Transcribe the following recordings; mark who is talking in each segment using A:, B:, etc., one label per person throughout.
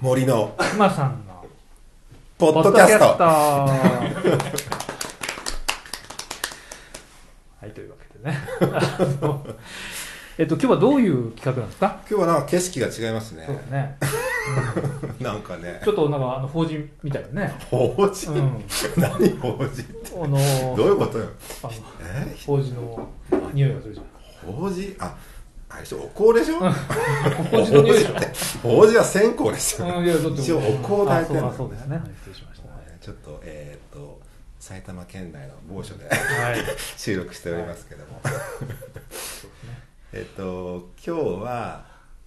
A: 森の
B: 熊さんの
A: ポッドキャ スト
B: ポッドキャストはいというわけでね あのえっと今日はどういう企画なんですか
A: 今日はなんか景色が違いますね
B: そうだね
A: なんかね
B: ちょっとなんかあの法人みたいなね
A: 法事、
B: うん
A: 何法事
B: あの
A: どういうことよ
B: あの
A: え
B: 法事の匂いがするじゃん
A: 法事ああれでしょお香でしょ
B: 法事の匂いでしょ
A: 法事は線香ですよ、
B: うんいやだって
A: 一応お香
B: あ
A: 炊いてる
B: そうあそうですね、はい、失礼しましたは
A: ちょっとえーっと埼玉県内の某所で
B: い、はい
A: 収録しておりますけども、
B: そうですね
A: えっと今日は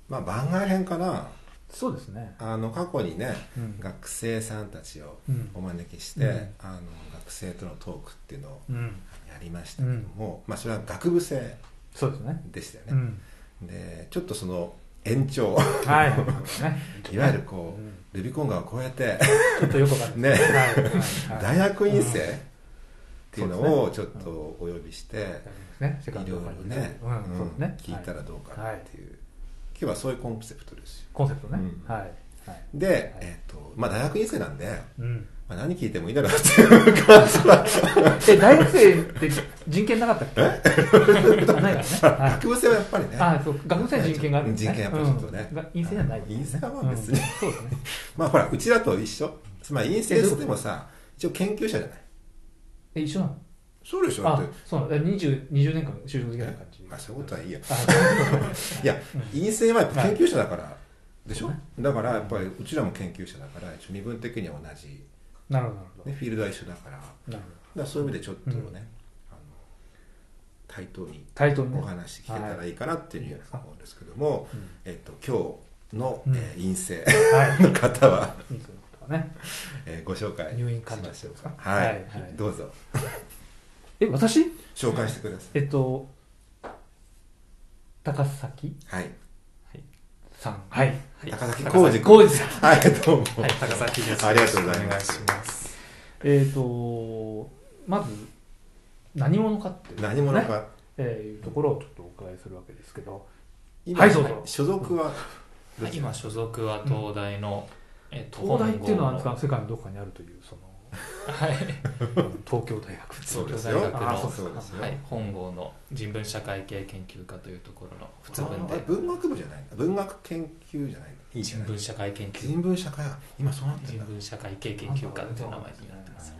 A: まあ番外編かな
B: そうですね
A: あの過去にね
B: うん
A: 学生さんたちを
B: うん
A: お招きして、
B: うん
A: あの学生とのトークっていうのを
B: うん
A: やりましたけども、まあそれは学部生
B: そうですね
A: でしたよね、
B: うん
A: でちょっとその延長
B: はいそうですね
A: いわゆるこう、
B: うん
A: ルビコン川をこうやって
B: ちょっとよくわかんないです
A: ね
B: はいはいはい
A: 大学院生っていうのをち
B: そ
A: ょっ
B: うですね
A: とお呼びして、
B: ね、セ
A: い
B: カ
A: ろ
B: ン
A: い
B: ド
A: ろ
B: オファーに
A: ね,、
B: うんそうですね
A: 聞いた
B: は
A: らどうかなっていう、今日はそういうコンセプトですよ
B: コンセプトね、
A: うん
B: はいはい
A: で、えっとまあ、大学院生なんで、
B: うん、
A: まあ、何聞いてもいいだろうっていう感じは
B: え大学生って人権なかったっけあないからね、はい
A: 学部生はやっぱりね
B: あそう学生に人権があるんですね
A: 人権やっぱりちょっとね
B: うんが陰性じゃない
A: 陰性はまあ別に
B: うんそうですね
A: まあほらうちらと一緒つまり院生っつってもさ一応研究者じゃない
B: え一緒なの
A: そうでしょだっ
B: あ
A: て
B: そうなのえ 20, 20年間就職できない感じ
A: まあそういうことはいいや
B: あそういうこと
A: いや院生はやっぱ研究者だから、でし
B: そ
A: ょ
B: うね
A: だからやっぱりうちらも研究者だから一応身分的には同じ、
B: なるほどなるほ
A: ね、フィールドは一緒だからだか
B: どなるほど
A: らそういう意味でちょっとね、
B: うん
A: あの対等に
B: 対等にね
A: お話聞けたらいいかなっていうふうに思うんですけども、
B: うん
A: えっと、今日の、
B: うん
A: えー院生
B: はい
A: の方は、
B: いいということはね
A: えーご紹介
B: 入院
A: し
B: 患者
A: ま
B: で
A: し
B: す
A: ょう
B: か
A: かはい、
B: はいはい
A: どうぞ
B: え私
A: 紹介してくださ
B: えっと高崎
A: いはい
B: さんはい
A: 高崎
B: 高
A: 浩
B: 二
A: 二
B: 浩二さん
A: はいどうも、
B: はい
C: 高崎です。
A: ありがとうござい
C: よろ
A: ま
C: し
A: す
C: くお願いします。
B: えっ、とまず何者かっていう、
A: 何者
B: ね
A: か、
B: えーいうところをちょっとお伺いするわけですけど
A: 今
B: はいそうぞ
A: 所属は、
C: はい今所属は東大の、えっと
B: 東大っていうのはなんです
C: 本
B: か世界のどこかにあるというそ の
C: 郷のはい
B: 東京大学
A: そうです
C: 東
A: よ
C: 京大
B: あ
C: 学
B: そう
C: の
B: です
A: そうですよ、
C: はい本郷の人文社会系研究科というところの普通文
A: あえ
C: で
A: 文学部じゃないんだ文学研究じゃないのいいじゃ
C: 人
A: ない
C: 文社会研究
A: 人文社会今そうなってん
C: 人
A: だ
C: 文社会系研究科という名前になってます。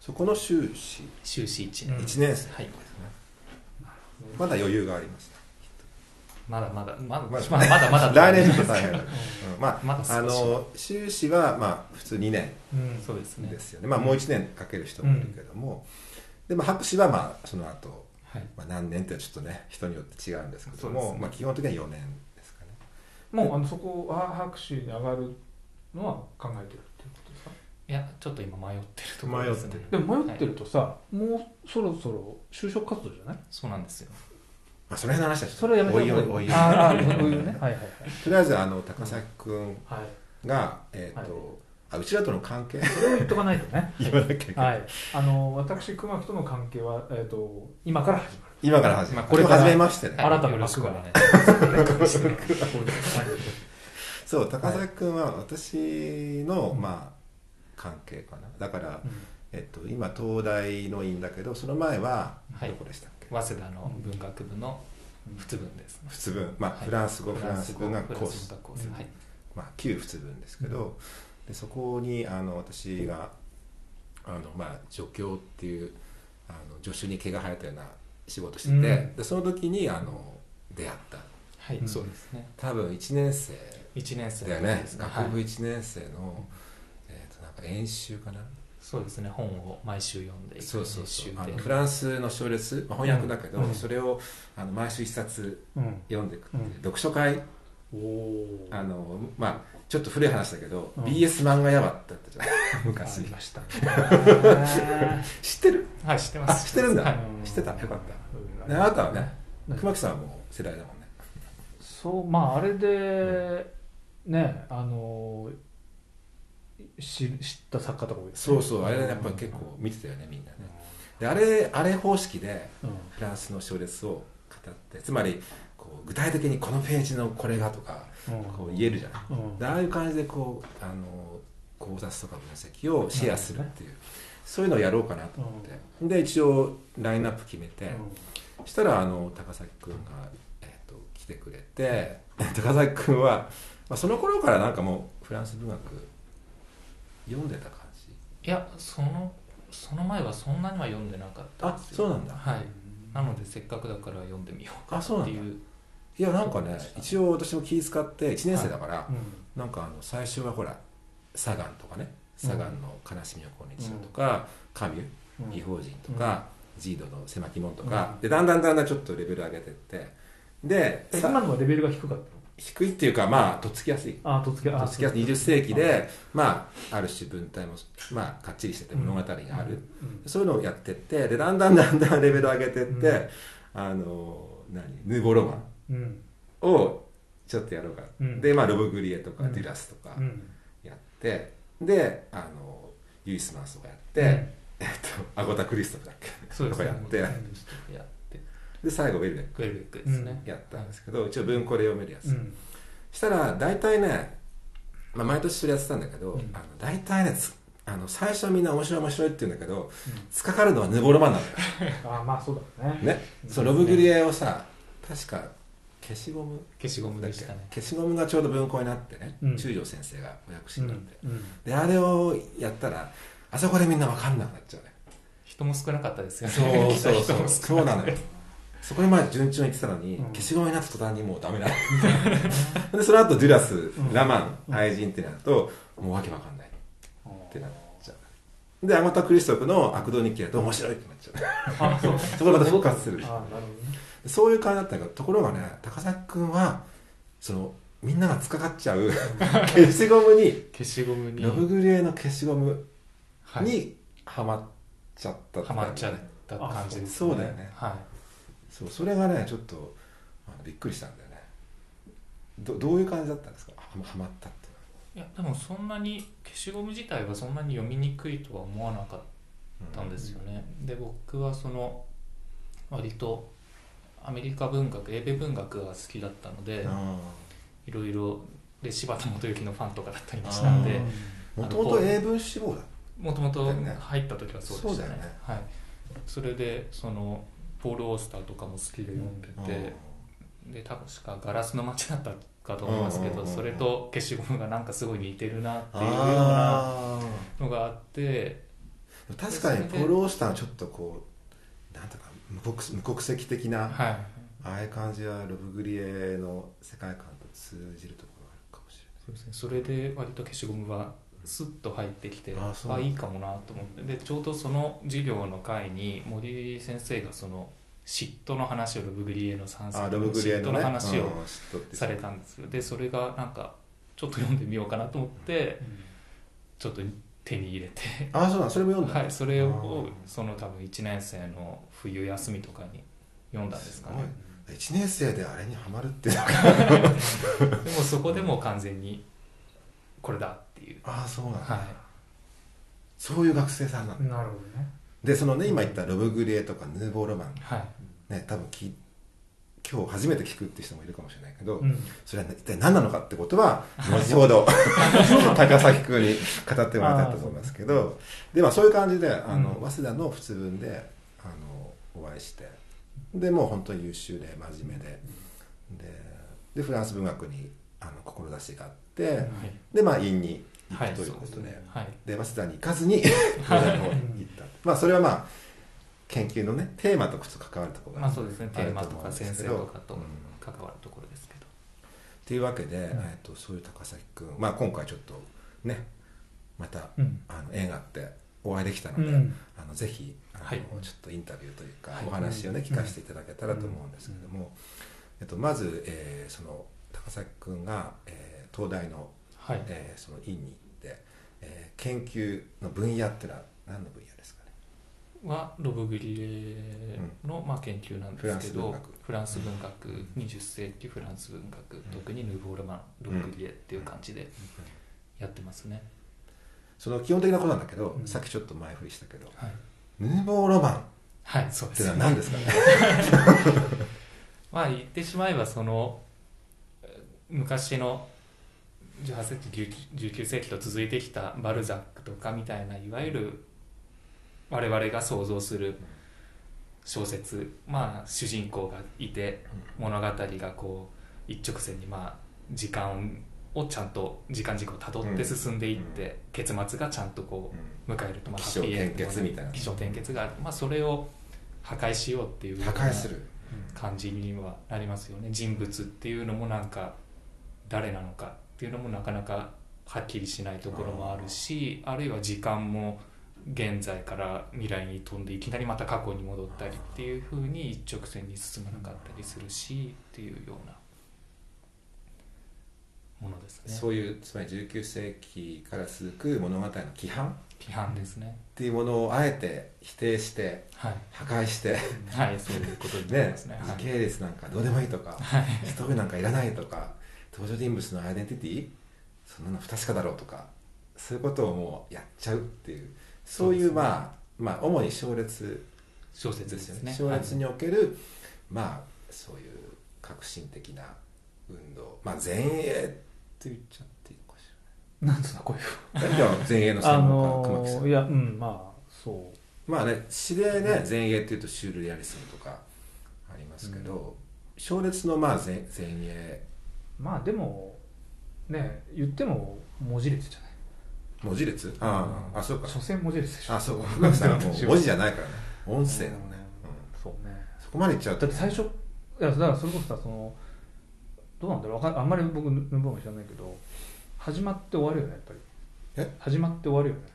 A: そこの修士
C: 修士一
B: うん
C: 年、
A: 1年生、
C: はい。
A: まだ余裕があります
C: まだまだまだ
A: まだ
C: まだまだまだ
A: 来年ちょっと大変だ、
B: う
A: うんまあ、
C: まだ少し
A: あの修士はまあ普通2年
B: うん
C: そうですね
A: で。すよね、まあ、もう1年かける人もいるけども、でまあ、博士はまあその後、
C: はい。
A: まあ何年ってちょっとね人によって違うんですけど
C: そう
A: も、
C: ですね
A: まあ、基本的には4年ですかね
B: もうあのそこは博士に上がるのは考えてるっていうことですか
C: いやちょっと今迷ってるところですね
A: 迷っ。
B: でも迷ってるとさ、もうそろそろ就職活動じゃない
C: そうなんですよ。
A: まあ、その辺の話はちょっと
B: それはやめ
A: お
B: て
A: いおいおいおい
B: ああーおいおいね はいはい
A: とりあえずあの高崎君
B: はいはい
A: が、えーと
B: はい
A: あうちらとの関係
B: それを言っとかないとね
A: 言わなきゃいけない、
B: はい、あの私熊木との関係は、えー、と今から始まる
A: 今から始め、
C: まあ
A: こ
C: こ
A: れ
C: れ
B: から
A: 初めましてね、
B: はい新たな
C: よろしくお願いします
A: そう高崎君は私の、まあ関係かなだから、えっと、今東大の院だけどその前は
C: はい
A: どこでしたっけ、
C: 早稲田の文学部の普通文です、
A: 仏文まあ、
C: はい
A: フランス語フランス語がコース
C: フランス語コースはい
A: まあ、旧仏文ですけど、でそこにあの私があの、まあ、助教っていうあの助手に毛が生えたような仕事してて、
B: うん
A: でその時にあの出会った
C: はい、
B: うん
C: そうですね
A: 多分1年生
C: 一年生
A: だよ
C: の時
A: ね
C: です
A: 学部
C: はい、
A: 1年生の、えー、となんか演習かな
C: そうですね本を毎週読んでいく
A: そうそうそうあ
C: 練習
A: の
C: で
A: フランスの小列、まあ、翻訳だけど、
B: うんうん
A: それをあの毎週1冊
B: うん
A: 読んでい くっていう、
B: うん
A: 読書会
B: おお
A: あのまあちょっと古い話だけど、
B: うん
A: BS 漫画やばってあったじゃない
B: あ
A: 昔
B: りましたね
A: 知ってる
C: はい知ってま
A: あ
C: す
A: 知ってるんだ、
C: はい、
A: 知ってたよかっ
B: うん
A: た、ね、あなたはね
B: うん
A: 熊木さんはもう世代だもんね
B: そうまああれでねあのし知った作家とか多いですね
A: そうそうあれやっぱり結構見てたよねみんなねであれあれ方式で
B: うん
A: フランスの小列を語ってつまりこう具体的にこのページのこれがとか
B: うん
A: こう言えるじゃない
B: うん
A: でああいう感じでこうあの考察とか分析をシェアするっていう、そういうのをやろうかなと思って、で一応ラインナップ決めて、したらあの高崎くんが、えっと来てくれて高崎くんは、まあ、その頃からなんかもうフランス文学読んでた感じ
C: いやそのその前はそんなには読んでなかった
A: あ
C: です
A: そう
C: よ
A: なんだ
C: はいなのでせっかくだから読んでみようか
A: あそうな
C: っ
A: ん
C: て
A: だ
C: いう
A: いやなんかね一応私も気遣って1年生だから、
B: う
A: なんかあの最初はほらサガンとかねサガンの「悲しみをこんにちは」とか、カミュ
B: ん
A: 異邦人とか、ジードの狭き門とか、でだんだんだんだんちょっとレベル上げてってで
B: え
A: さ
B: 今のはレベルが低かった
A: 低いっていうかまあとっつきやすい
B: のあとっつけ
A: と
B: あ
A: っつきやすい20世紀でまあある種文体もまあかっちりしてて
B: うん
A: 物語がある、
B: うん
A: そういうのをやってってでだんだんだんだんレベル上げてって、
B: うん
A: あの何ヌーボーロマ
B: うん
A: ンをちょっとやろうか、
B: うん
A: でまあロブグリエとか、
B: うん
A: デュラスとか
B: うん
A: やってであのユイスマンスをやって、
B: うん
A: えっとアゴタ・クリストフだっけ
C: そうで
A: と
C: すね
A: かやって
C: やって
A: で最後ウェルベック
C: グルベックですね
A: やったんですけど、一応文庫で読めるやつ、
B: うん
A: したら大体ね、まあ、毎年それやってたんだけど、
C: うん
A: あの大体ねつあの最初はみんな面白い面白いって言うんだけど、つかかるのはヌボロマンなんだよ
B: あまあそうだ ね
A: ね、そのロブグリエをさ確か消しゴム
C: 消しゴム
A: だっ
C: で
A: け
C: したね
A: 消しゴムがちょうど文庫になってね、
B: うん
A: 中条先生がお訳し
B: う
A: にな
B: ん
A: って、
B: うん
A: であれをやったらあそこでみんな分かんなくなっちゃうね
C: 人も少なかったですよ
A: そう
C: ね
A: そうそ
C: 人も少なか
A: う そうな
C: った
A: のよそこにまで順調に言ってたのに、
B: うん
A: 消しゴムになった途端にもうダメだでその後デュラス、
B: ん
A: ラマン
B: うん
A: 愛人ってなるともうわけわかんないってなっ
B: あ
A: ちゃうでアガタ・クリストフの悪道日記だと面白いってなっちゃうそこでまた復活する
B: あなるほどね
A: そういう感じだったけどところがね高崎君はそのみんながつかかっちゃう消しゴムに
C: 消しゴムに
A: ロブグリエの消しゴム
C: はい
A: にはまっちゃった
C: はまっちゃった感じですね
A: あそうだよね
C: はい
A: そうそれがねちょっとあのびっくりしたんだよねどどういう感じだったんですかははまったって
C: いやでもそんなに消しゴム自体はそんなに読みにくいとは思わなかったんですよね、で僕はその割とアメリカ文学英米文学が好きだったのでいろいろで柴田元幸のファンとかだったりもしたんで
A: あもともと英文志望だ
C: もとも
A: だ
C: と
A: よね
C: 入った時はそうでした
A: そうだ
C: ね
A: よね
C: はい、それでそのポール・オースターとかも好きで読んでて、で多分しか「ガラスの街」だったかと思います
A: う
C: け
A: んうん
C: ど
A: うんうん
C: それと消しゴムがなんかすごい似てるなって
A: あ
C: いうような
A: あ
C: のがあって
A: ー確かにポール・オースターはちょっとこうなんとか無国無国籍的な、
C: はい
A: ああいう感じはロブグリエの世界観と通じるところがあるかもし
C: そうですねそれで割と消しゴムはスッと入ってきて
A: あ
C: あ
A: そうなんだ
C: いいかもなと思ってでちょうどその授業の回に森先生がその嫉妬の話をロブグリエの3
A: れない
C: 作
A: あロブグリエの,、ね、
C: 嫉妬の話
A: うん
C: を
A: 嫉妬って
C: されたんですよでそれがなんかちょっと読んでみようかなと思ってちょっと手に入れて
A: ああそうなんそれも読んだ、
C: はい、それ
A: あ
C: を
A: ー
C: その多分1年生の冬休みとかに読んだんですかね
A: 1年生であれにはまるってあ
C: でもそこでもう完全にこれだっていう
A: あそうなんだ、
C: はい
A: そういう学生さんなんだ
B: なるほどね
A: でそのね今言ったロブグリエとかヌーボーロマン
C: はい
A: ね多分き今日初めて聞くって人もいるかもしれないけど、
B: うん
A: それは一体何なのかってことは後ほ ど高崎君に語ってもらいたいと思いますけどで、まあ、そういう感じであの、
B: うん
A: 早稲田の普通文であのお会いしてでもう本当に優秀で真面目でででフランス文学にあの志があって、
C: はい
A: でまあ院に行
C: はい
A: くということで,、
C: はい
A: で早稲田に行かず に東大の方に行った、まあそれはまあ研究のねテーマとちょっと関わるところが
C: まあそうですねテ
A: ある
C: ーマ
A: と
C: と
A: 思うん
C: か
A: で
C: 先
A: す
C: 生
A: けど
C: とかと
A: うん
C: 関わるところですけ
A: っ
C: ど、
A: ていうわけで、え
B: ん
A: ー、とそういう高崎君、まあ、今回ちょっとねまた、
B: うん
A: あの縁があってお会いできたの
B: う
A: で、
B: ん
A: あのぜひあの、
C: はい
A: ちょっとインタビューというか、
C: はい
A: お話をね
B: うん
A: 聞かせていただけたらと思うんですけども、えっと、まず、えーその高崎君が、えー東大の,、
C: はい
A: えーその院に行って、えー研究の分野ってのは何の分野ですかね
C: はロブ・グリエの、まあ、研究なんですけどフランス文学20世紀フランス文学、特にヌーボールマンロブ・グリエっていう感じでやってますね、
A: その基本的なことなんだけど、
B: うん
A: さっきちょっと前振りしたけど
C: はい、
A: 「ヌーボーロマン」
C: はい、そうで
A: って
C: す
A: のは何 ですかね
C: まあ言ってしまえばそのえー昔の18世紀19世紀と続いてきたバルザックとかみたいないわゆる我々が想像する小説まあ主人公がいて物語がこう一直線にまあ時間をちゃんと時間軸をたどって進んでいって結末がちゃんとこう迎えるとまあ
A: 起承転結みたいな
C: 気象転結があるまあそれを破壊しようっていう
A: 破壊する、
C: 感じにはなりますよね人物っていうのもなんか誰なのかっていうのもなかなかはっきりしないところもあるしあるいは時間も現在から未来に飛んでいきなりまた過去に戻ったりっていうふうに一直線に進まなかったりするしっていうようなものですね。
A: そういうつまり19世紀から続く物語の規範っ
C: 批判ですね。
A: ていうものをあえて否定して
C: はい、
A: 破壊して
C: はい、そういうことになり
A: ね
C: ますね。
A: 時系列なんかどうでもいいとか、ストーリーなんかいらないとか登場人物のアイデンティティそんなの不確かだろうとかそういうことをもうやっちゃうっていうそういう
C: そうですね
A: まあまあ主に小列
C: 小説
A: で
C: ですす
A: よ
C: よ
A: ね
C: ね。
A: 小列における、まあそういう革新的な運動まあ前衛って言っちゃっていいのかし
B: なんですかこういう
A: らえじゃあ前衛の専
B: あ
A: 門家熊
B: の
A: 木さん
B: いやうんまあそう
A: まあね詩でね前衛っていうとシュール・リアリスムとかありますけど、小列のまあ前前衛
B: まあでもね言っても文字列じゃない
A: 文字列あああそうか
B: 所詮文字列でしょ
A: あそうか 福垣さんはもう文字じゃないからね 音声だもんね、う
B: そうね
A: ん、そこまでいっちゃう
B: だ
A: と
B: って最初いやだからそれこそさそのどうなんだろうわかんあんまり僕の文も知らないけど始まって終わるよねやっぱり
A: え
B: 始まって終わるよね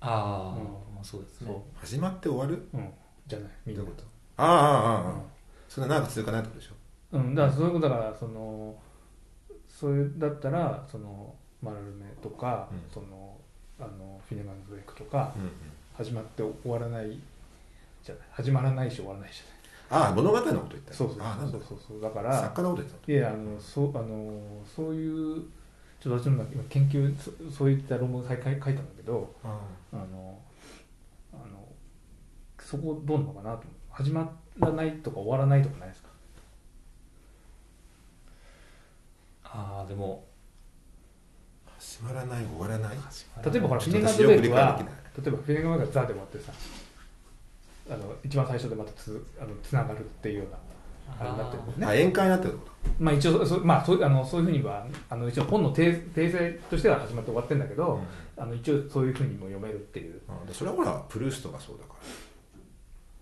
C: ああ、
B: うん
C: まあそうですね。
B: そ
A: 始まって終わる
B: ううんじゃないみん
A: ど
B: な
A: ういうことああああああ、それ長く続かないってことでしょ
B: うんだからそういうことだからそのそういうだったらそのマラルメとか、
A: うん
B: そのあのフィネマンズ・ウェイクとか
A: うんうん
B: 始まって終わらないじゃない始まらないし終わらないじゃない
A: ああ物語のこと言った
B: そうそう
A: ああなんだ
B: そうそうそうだから
A: 作家のこと言ってたの
B: いやあのそうあのそういうちょっと私も今研究そそういった論文を書い書い書いたんだけどあのあのそこどうなのかなと思う始まらないとか終わらないとかないですか
C: ああでも
A: 始まらない終わらない
B: 例えばほら
A: ち
B: フ
A: ょっと私
B: ィネガーズウェイ
A: よく理
B: ク
A: 解
B: は
A: でき
B: 例えばフィネガーズウェイクはザで終わってさあの一番最初でまたつあのつながるっていうようなあれになってるもんね
A: あ宴会になってること
B: まあ一応そ,、まあ、そうあのそういうふうにはあの一応本の訂訂正としては始まって終わってんだけど、あの一応そういうふうにも読めるっていう
A: うんそれはほらプルーストがそうだか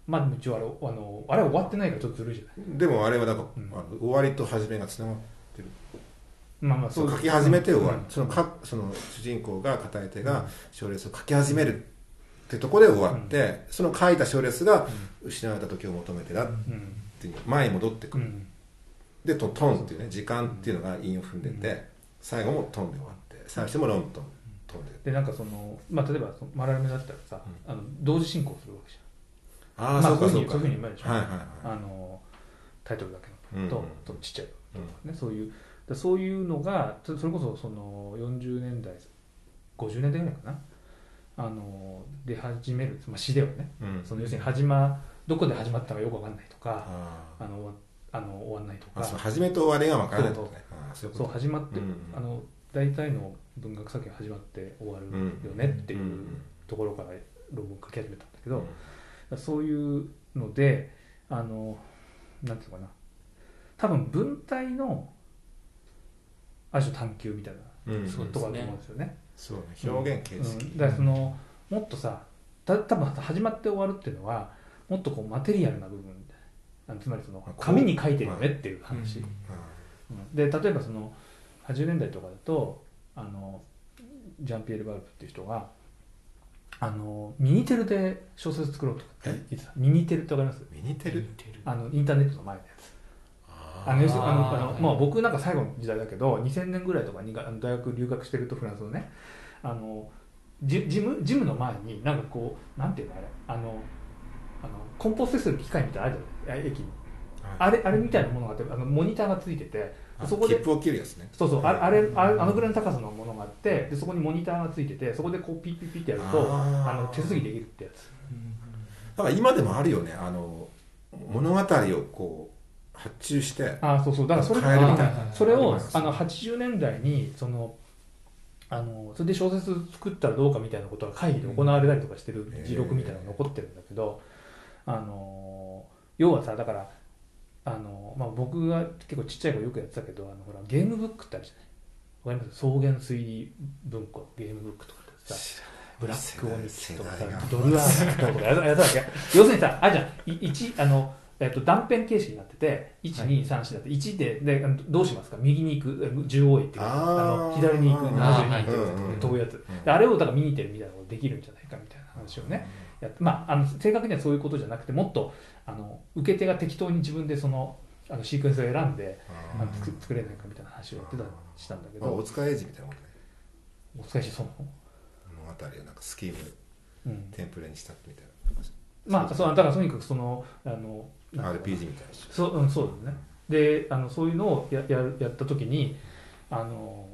B: まあでも一応あれあのあれは終わってないからちょっとずるいじゃない
A: らでもあれはだから、
B: うん
A: あの終わりと始めがつながってる
B: まあまあ
A: そう書き始めて終わる、
B: うん
A: そのかその主人公が片え手が小列を書き始めるってとこで終わって、その書いた小列が失われた時を求めてだっ
B: うん
A: ていう前に戻って
B: う
A: くる、
B: ん
A: でトトンっていうね時間っていうのが韻を踏んでて、最後もトンで終わって最初もロントントンで
B: でなんかその、まあ、例えばそのマラルメだったらさ、あの同時進行するわけじ
A: あ
B: ゃん
A: あ、
B: まあ、
A: そうか
B: そ
A: そう
B: いうう
A: か
B: ふうにそういうふうに読めるでしょ、
A: はいはいはい
B: あのタイトルだけ
A: うんう
B: の
A: ん
B: と、そのちっちゃいのとかねそういうだそういうのがそそれこそその40年代50年代ぐらいかなあの出始める、まあ、詩ではね
A: うん
B: その要するに始まどこで始まったかよくわかんないとか、
A: あ
B: あの終わあの終わんないと
A: ーあそう
B: か
A: 始めと終わりが分からないとねあーそういう
B: そ
A: こ
B: う始まって、
A: うんうん
B: あの大体の文学作品は始まって終わる
A: とうん
B: よねってい
A: ん
B: うところから論文書き始めたんだけ
A: うん
B: ど、だからそういうのであのなんていうのかな多分文体のある種探求みたいな
A: うんうん
C: そう
B: ところだと思うんですよね。
A: そうね表現形式、
B: うん、だからそのもっとさた多分始まって終わるっていうのはもっとこうマテリアルな部分あのつまりその
A: まあこう
B: 紙に書いてるよねっていう話、
C: うん
B: うんで例えばその80年代とかだとあのジャンピエール・バルプっていう人があのミニテルで小説作ろうとか言ってたミニテルってわかります
A: うんミニテル
B: あのインターネットの前のやつ
A: あー
B: あの要するにあのあの
C: はい
B: まあ、僕なんか最後の時代だけど2000年ぐらいとかにがあの大学留学してるとフランスのねあのジジムジムの前になんかこうなんていうのあれあのあの梱包する機械みたいなのあるじゃない駅にあれあれみたいなものがあってあのモニターがついてて
A: あ
B: そこで
A: 切符を切るやつね
B: そうそうあれあれ
A: うん
B: あれあのぐらいの高さのものがあってでそこにモニターがついててそこでこうピッピッピッってやると
A: あ
B: あ
A: ー
B: の手続きできるってやつ
C: うん
A: だから今でもあるよねあの物語をこう発注して
B: あそうそうだからそれ
A: 変えるみたい
C: はいはいは
A: ない
B: それ
A: あり
B: を
A: ます
B: あの80年代にそのあのそれで小説作ったらどうかみたいなことが会議で行われたりとかしてる
A: うん
B: 記録みたいなのが残ってるんだけど、あの要はさだからあの、まあ、僕が結構ちっちゃい頃よくやってたけどあのほらゲームブックってあるじゃないわかります草原推理文庫ゲームブックとかってさブラックオニキとかさ
A: 世代が
B: ドルアーキとかやったやったわけ要するにさあじゃあい一あの、えっと断片形式になってて
C: はい
B: 1234だって1でであのどうしますか右に行くえ縦横位っていうか
A: あー
B: の左に行く
A: うん
B: 70に行く
A: うんうんうん
B: 飛ぶやつ
A: うん
B: であれをだから見に行ってるみたいなことできるんじゃないかみたいな話をねやってまああの正確にはそういうことじゃなくてもっとあの受け手が適当に自分でそのあのシークエンスを選んで
A: あ
B: あ
A: ー
B: の作作れないかみたいな話をやってたしたんだけ
A: まあ、
B: ど
A: 大塚英治みたいなもんね
B: お疲れしそうなの
A: 物語をなんかスキーム
B: うん
A: テンプレにしたみたい
B: まあそうだからとにかくそのあの
A: な
B: なんていうの
A: RPG みたいな
B: そう,、うん、そうだねであのそういうのをややるやった時にあの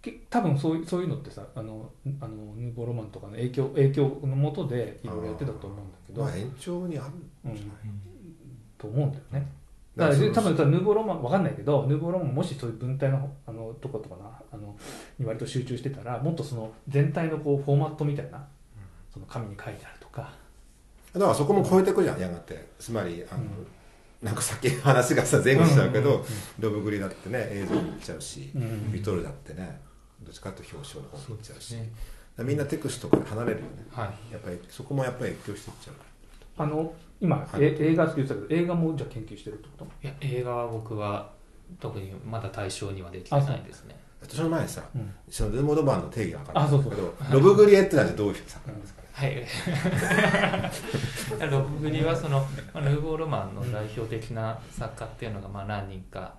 B: け多分そういうそういうのってさあのあのヌーボーロマンとかの影響影響のもとでいろいろやってたと思うんだけど、
A: まあ延長にある
B: うん、と思うんだよね
A: だ
B: だ
A: か
B: からら
A: その
B: 多分さヌーボーロマンわかんないけどヌーボーロマンもしそういう文体のあのとことかなあのに割と集中してたらもっとその全体のこうフォーマットみたいなその紙に書いてあるとか、
A: だからそこも超えてくじゃんやがてつまりあの、
B: うん
A: なんかさっき話がさ前後しちゃうけど、
B: うんうんうん
A: ロブグリだってね映像に行っちゃうし、
B: うんうん
A: ビトルだってねどっちかっていうと表彰の方に行っちゃうし
C: ね
A: みんなテクストから離れるよね
C: はい
A: やっぱりそこもやっぱり影響していっちゃう
B: あの今、
A: はい
B: え映画って言ってたけど映画もじゃあ研究してるってこと
C: いや映画は僕は特にまだ対象にはできてないですね
A: 私の前にさ、
B: うん
A: そのルモドバンの定義が分かるんだけ
B: あそ
A: どロブグリエってのはどういう作家なんですかね、
C: はい ロブグリはそのまあヌーボーロマンの代表的な作家っていうのがまあ何人か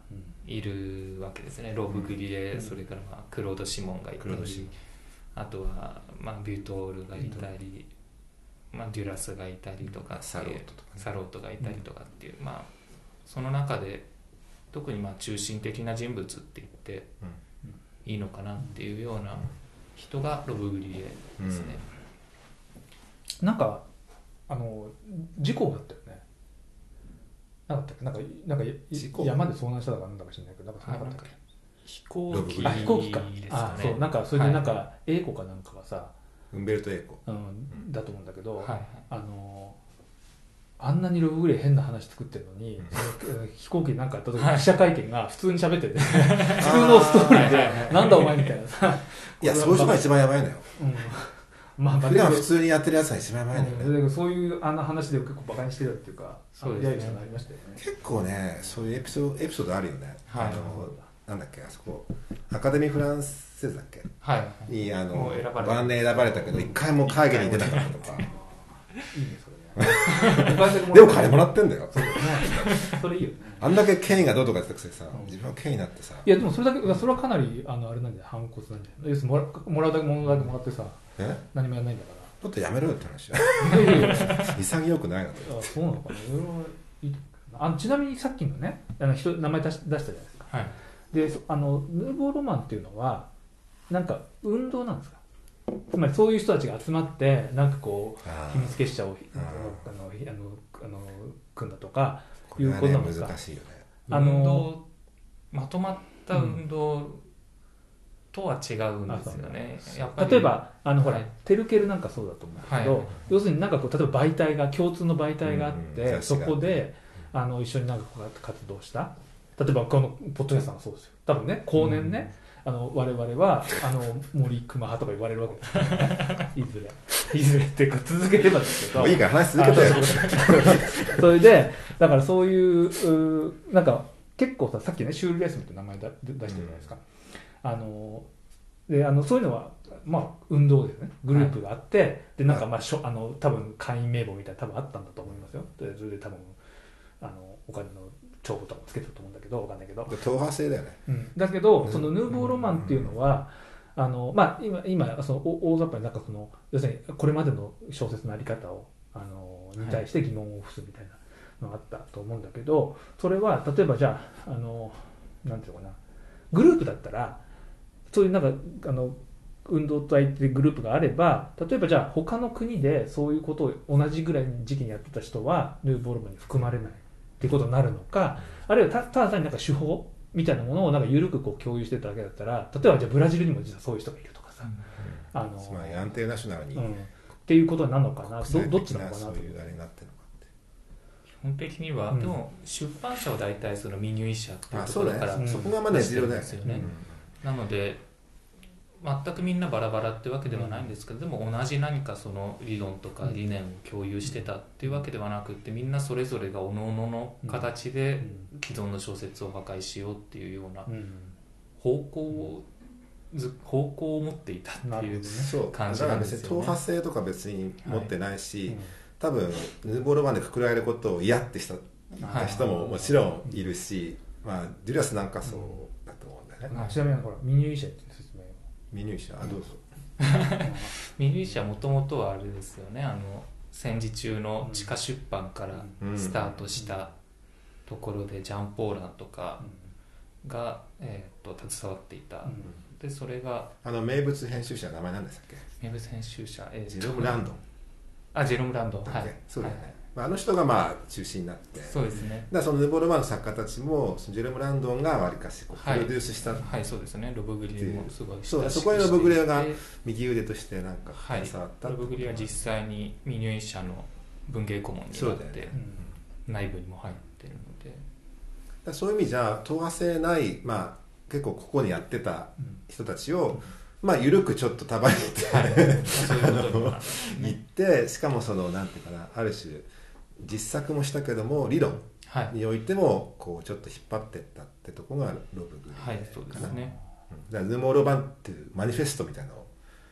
C: いるわけですねロブグリエ、それからまあクロード・シモンがいた
A: クロードシモ
C: りあとはまあビュートールがいたり、まあ、デュラスがいたりとかって
A: サ
C: いう
A: ロートとかね
C: サロートがいたりとかっていう、まあその中で特にまあ中心的な人物って言って
A: うん
C: いいのかなっていうような人がロブグリエですね、
B: なんかあの事故があったよねなかったっけなんかなんかい
A: 事故
B: 山で遭難したとかなんだか知らないけどなんかそんなかったっけ
C: 飛行
A: ロブグ
C: 機
A: リエ
B: あ飛行機か、
C: ですか
B: あ
C: ね
B: そうなんかそれでなん
C: は
B: か英子かなんかがさ、
A: ウンベルト・エイコ
B: うん、だと思うんだけど、
C: いはい
B: あのあんなにロブグレイ変な話作ってるのに、そのえー飛行機でなんかあった時
C: はい
B: 記者会見が普通に喋ってて普通のストーリー
C: はいはいは
B: で
C: い
B: なんだお前みたいなさ
A: いやそういう人が一番やばいのよ
B: うんまあバ
A: 普
B: レ
A: 段
B: る
A: 普通にやってるやつが一番やばいのよね、
B: うんだけどそういうあの話で結構バカにしてたっていうか
C: そうですね
B: 揶揄したのありましたよね
A: 結構ねそういうエピソードエピソードあるよね、
C: はい
A: あのなんだっけあそこアカデミー・フランセズだっけ
C: はいはい
A: にあの
C: もう選ばれた
A: 晩年選ばれたけど一回も会議に出なかったとか
B: いいね それねお金
A: でも金もらってんだよ
B: それいいよね
A: あんだけ権威がどうとか言ってたくせにさ
B: うん
A: 自分は権威になってさ
B: いやでもそれだけそれはかなりあのあれなんじゃない反骨なんじゃない要するにもらもらうだけ物だけもらってさ
A: え
B: 何もやらないんだか
A: ちょっとやめろよ って話
B: ら いやいやいや
A: 潔くないなと
B: あそうなのかな俺はいいのかなあちなみにさっきのねあの人名前出し出したじゃないですか
C: はい
B: でそあのヌーボーロマンっていうのはなんか運動なんですかつまりそういう人たちが集まってなんかこう
A: あ
B: 秘密結社をあ
A: あ
B: の
A: ー
B: あのあのあの組んだとか
A: これはね
B: いうことなんだ
A: 難しいよね
B: あの
C: 運動まとまった運動とは違うんですよね、やっぱり
B: 例えばあのほら、
C: はい
B: テルケルなんかそうだと思うんですけど、
C: はい
B: 要するになんかこう例えば媒体が共通の媒体があって、
A: うんうん
B: そこであの一緒になんかこう活動した例えばこのポッドキャストがそうですよ多分ね後年ね、あの我々はあの森熊派とか言われるわけですよ ねいずれいずれっていうか続ければですけ
A: も
B: ど
A: ういいから話続けてよ
B: あそうそうそうそれでだからそういううーなんか結構ささっきねシュールレースムって名前だ出してるじゃないですか、あのであのそういうのはまあ運動ですねグループがあって、でなんかまあしょあの多分会員名簿みたいな多分あったんだと思いますよでそれで多分あのお金の帳簿とかもつけてると思うんだけどわかんないけど、
A: 党派制だよね
B: うん、だけど
A: うん
B: そのヌーボーロマンっていうのは、あのまあ、今今そのお大雑把になんかその要するにこれまでの小説のあり方をあのに対して疑問を付すみたいなのがあったと思うんだけど、それは例えばじゃああのなんていうのかなグループだったらそういうなんかあの運動体っていうグループがあれば例えばじゃあ他の国でそういうことを同じぐらいの時期にやってた人はヌーボーロマンに含まれないっていうことになるのかあるいはたただ単になんか手法みたいなものをなんか緩くこう共有してただけだったら例えばじゃあブラジルにも実はそういう人がいるとかさ、あの
A: つまり安定ナショナルに、
B: うん、っていうことになるのか
A: 国
B: など
A: 際
B: どっ
A: 的
B: ちなのかな
A: そう
B: と
A: いうあれになってるのかって
C: 基本的には、
B: うん
C: でも出版社は大体その未入社っていう
A: あ
C: と
A: そ
C: こ
A: う
C: ろ
A: だ
C: から、
A: ね、
B: うん
A: そこがまだ重要だよ
C: 出してるんで
A: ね
C: すよねなので全くみんなバラバラってわけではないんですけど、でも同じ何かその理論とか理念を共有してたっていうわけではなくってみんなそれぞれがおののの形で既存の小説を破壊しようっていうような
B: うんうん
C: 方向をず方向を持っていた
B: な
C: って
B: るほど
C: いう
B: ね
A: そう
C: 感
A: だ
C: じ
A: から
C: なんで
A: 別
C: す
A: に
C: よね
A: 党派性とか別に持ってないし、
B: うん
A: 多分ヌーボールマンでくくられることを嫌ってした
C: はい
A: 人ももちろんいるし、まあ、デュラスなんかそうだと思うんだよね、
B: あちなみにほら未入社っていう説明 を
A: 未入社あどうぞ、
C: ミニシアもともとはあれですよねあの戦時中の地下出版から
A: うん
C: スタートしたところでジャン・ポーランとかが、えー、と携わっていた、
B: うん
C: でそれが
A: あの名物編集者の名前なんでしたっけ
C: 名物編集者、え
A: ジ
C: ー
A: ェロム・ランドン
C: あジェロム・ランドン
A: だっ
C: は
A: け、
C: い
A: そうだよね、
C: はい
A: まあ、あの人がまあ中心になって
C: そうですね
A: だからそのヌーボールマンの作家たちもそのジェレム・ランドンがわりかしこうプ
C: はい
A: ロデュースした
C: はいそうですねロブグリもすごい
A: そう
C: 親しく
A: そこへロブグリが
C: していて
A: 右腕としてなんか
C: はい
A: 携わったって
C: ロ
A: こと
C: ブグリは実際に未入社の文芸顧問に
A: そう
C: なっ
A: だよ
C: て、
A: ね
C: 内部にも入ってるの で
A: だからそういう意味じゃ党派性ない、まあ、結構ここにやってた人たちを、まあ緩くちょっと束ねて
C: そういうことにもなるんです
A: 行
C: ね
A: ってしかもそのなんていうかなある種実作もしたけども理論
C: は い
A: においてもこうちょっと引っ張ってったってとこがロブグリー
C: はいそうですね
A: うんだからヌーモーロ版っていうマニフェストみたいなのを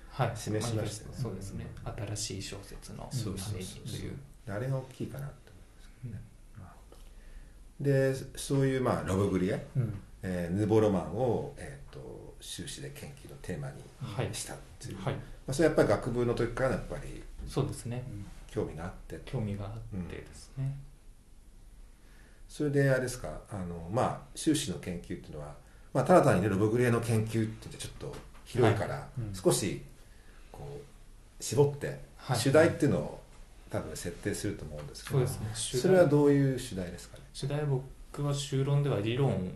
C: はい
A: 示しましたよね
C: そうですね新しい小説のた
A: そうそう
C: めに
A: そう
C: という
A: あれが大きいかなと思いますね、でそういうまあロブグリエ、
B: うんうん
A: えーヌーボーロマンを、えー、と修士で研究のテーマに
C: はい
A: したっていう、
C: はい
A: まあ、それやっぱり学部の時からやっぱり
C: そうですね
A: 興味があって
C: 興味があってですね
A: それであれですかあのまあ修士の研究っていうのは、まあ、ただ単にねロブグレーの研究ってちょっと広いから、
B: うん
A: 少しこう絞って、
C: はい
A: 主題っていうのを多分設定すると思うんですけ
C: そう
A: ど
C: ですね主題
A: それはどういう主題ですかね
C: 主題僕は修論では理論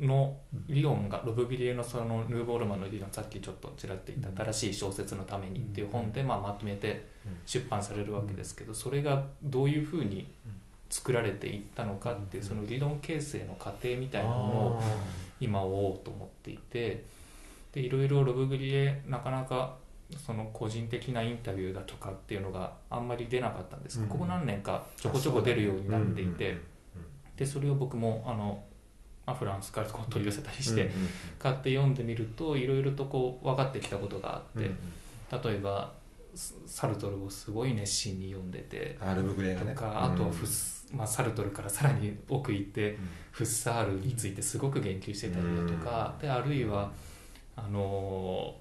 C: の理論がロブ・ビリエのそのヌーボールマンの理論さっきちょっとちらっと言った「新しい小説のために」っていう本でまあまとめて出版されるわけですけどそれがどういうふうに作られていったのかっていうその理論形成の過程みたいなものを今追おうと思っていてでいろいろロブグリエなかなかその個人的なインタビューだとかっていうのがあんまり出なかったんですが、
A: うん
C: ここ何年かちょこちょこ出るようになっていて、
A: うん
C: でそれを僕もあの、まあ、フランスからこう取り寄せたりして、
A: うんうん
C: 買って読んでみるといろいろとこう分かってきたことがあっ
A: うん
C: て、
A: うん
C: 例えばササルトルをすごい熱心に読んでて。
A: あロブグレーが
C: と
A: ね
C: かあとは
A: うん
C: フス、まあ、サルトルからさらに奥行って
A: うん
C: フッサールについてすごく言及してたりだとか、であるいはあの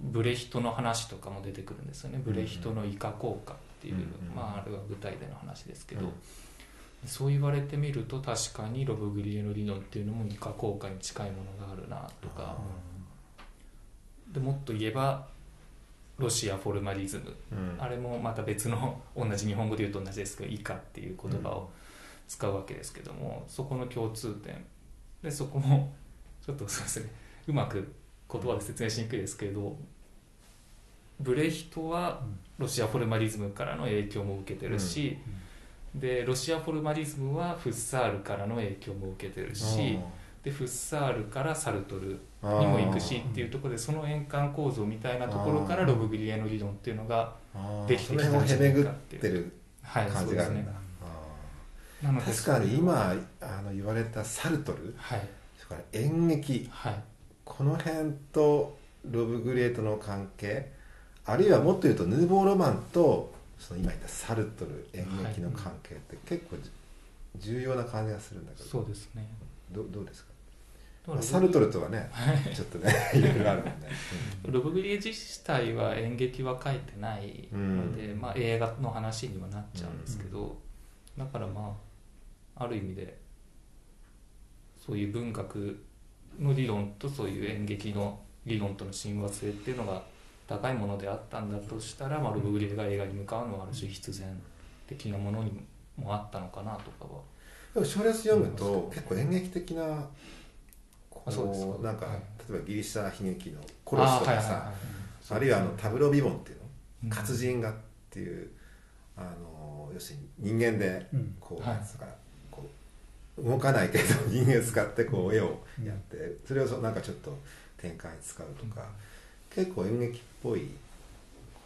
C: ブレヒトの話とかも出てくるんですよね、ブレヒトの「イカ効果」っていう、
A: うん
C: まあ、あれは舞台での話ですけど、
A: うん
C: そう言われてみると確かにロブ・グリエの理論っていうのもイカ効果に近いものがあるなとかでもっと言えばロシアフォルマリズム
A: うん
C: あれもまた別の同じ日本語で言うと同じですけど「以下」っていう言葉を使うわけですけども、そこの共通点でそこもちょっとそうですねうまく言葉で説明しにくいですけれどブレヒトはロシアフォルマリズムからの影響も受けてるし、でロシアフォルマリズムはフッサールからの影響も受けてるし、でフッサールからサルトル
A: あー
C: にも行くしっていうところでその円環構造みたいなところからロブ・グリエの理論っていうのが
A: あー
C: できてきた
A: その辺をへめぐってる
C: はい、
A: 感
C: そう
A: じ
C: で
A: があ
C: す
A: るん
C: ね
A: だ。
C: な
A: あ
C: の
A: ー
C: で
A: 確かに今あの言われたサルトル
C: はい
A: それから演劇
C: はい
A: この辺とロブ・グレートの関係あるいはもっと言うとヌーボー・ロマンとその今言ったサルトル演劇の関係って結構じ重要な感じがするんだけど、
C: そうですね
A: どどうですか、まあサルトルとはねちょっとね いろいろあるもんね、
C: ロブグリエ自体は演劇は書いてないので、まあ、映画の話にはなっちゃうんですけど、だからまあある意味でそういう文学の理論とそういう演劇の理論との親和性っていうのが高いものであったんだとしたら、まあ、ロブグリエが映画に向かうのはある種必然的なものにもあったのかなとかは
A: うでも小説読むと結構演劇的なこ
C: あそうですか
A: なんか
C: はい
A: 例えばギリシャ悲劇の「コロス」
C: あ
A: と
C: ーはい
A: か
C: はい
A: さ
C: は
A: あるいはあのタブロビボンっていう
C: い
A: の活人画っていうあの要するに人間で
B: うん
A: こう
C: はい
A: なんつうかなこう動かないけど 人間使ってこう絵をやってそれをそうなんかちょっと展開に使うとか結構演劇っぽい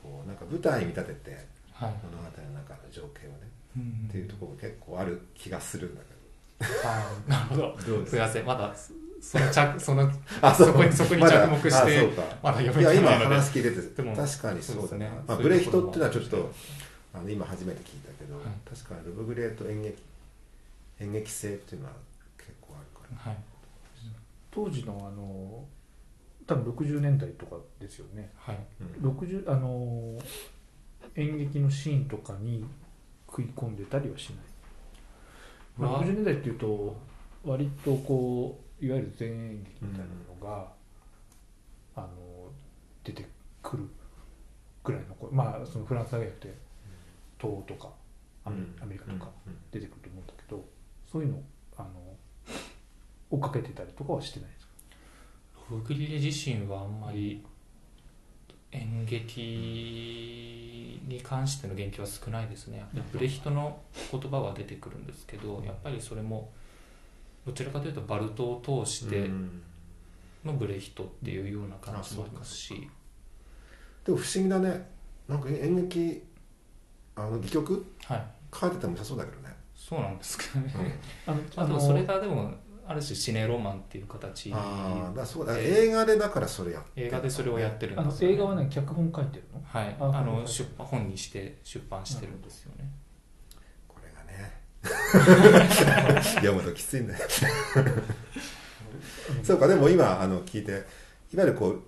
A: こうなんか舞台に見立てて
C: はい
A: 物語の中の情景をね
C: うん
A: っていうところも結構ある気がするんだけ
C: はいなるほ
A: ど
C: ど
A: どうですす
C: い
A: か
C: ませんまだその着 その
A: あ
C: そこにそこに着目して
A: まだあそうか
C: まだ読
A: い
C: め
A: や
C: て
A: 今
C: ないので
A: 話聞いてて
C: でも
A: 確かにそう
C: そ
A: だ
C: う
A: な、
C: ですね
A: まあ、
C: そう
A: ブ
C: い
A: レ
C: う
A: ヒ
C: ところ
A: ト
C: も
A: っていうのはちょっ
C: はい
A: とあの今初めて聞いたけど、
C: はい
A: 確かにルブグレーと演劇演劇性っていうのは結構あるから、
C: はい
B: 当時のあの多分60年代とかですよね
C: はい
A: うん
B: 60あの演劇のシーンとかに食い込んでたりはしない
C: わ
B: 60年代っていうと割とこういわゆる前演劇みたいなのが、あの出てくるぐらいの頃まあそのフランスだけじゃなくて東欧とかアメ,、アメリカとか
A: うん
B: 出てくると思うんだけどそういうのあの追っかけてたりとかはしてないですか
C: ロブグリレ自身はあんまり演劇に関しての言及は少ないですねブレヒトの言葉は出てくるんですけどやっぱりそれもどちらかというとバルトを通して
A: うん
C: のブレヒトっていうような感じもありますし
A: でも不思議だねなんか演劇あの戯曲
C: はい
A: 書いてても良さそうだけどね、
C: そうなんですけどね
B: あの
C: あ
B: あの
C: とそれがでもある種シネロマンっていう形
A: ああだからそうだ
C: えー
A: 映画でだからそれやって
C: 映画でそれをやってる
B: あ
C: んで
B: の
C: すよね
B: 映画はね脚本書いてるの
C: はい
B: あ
C: あの
B: 本
C: 出版本にして出版してるんですよね
A: これがね 読むときつい んだよそうかでも今あの聞いていわゆるこう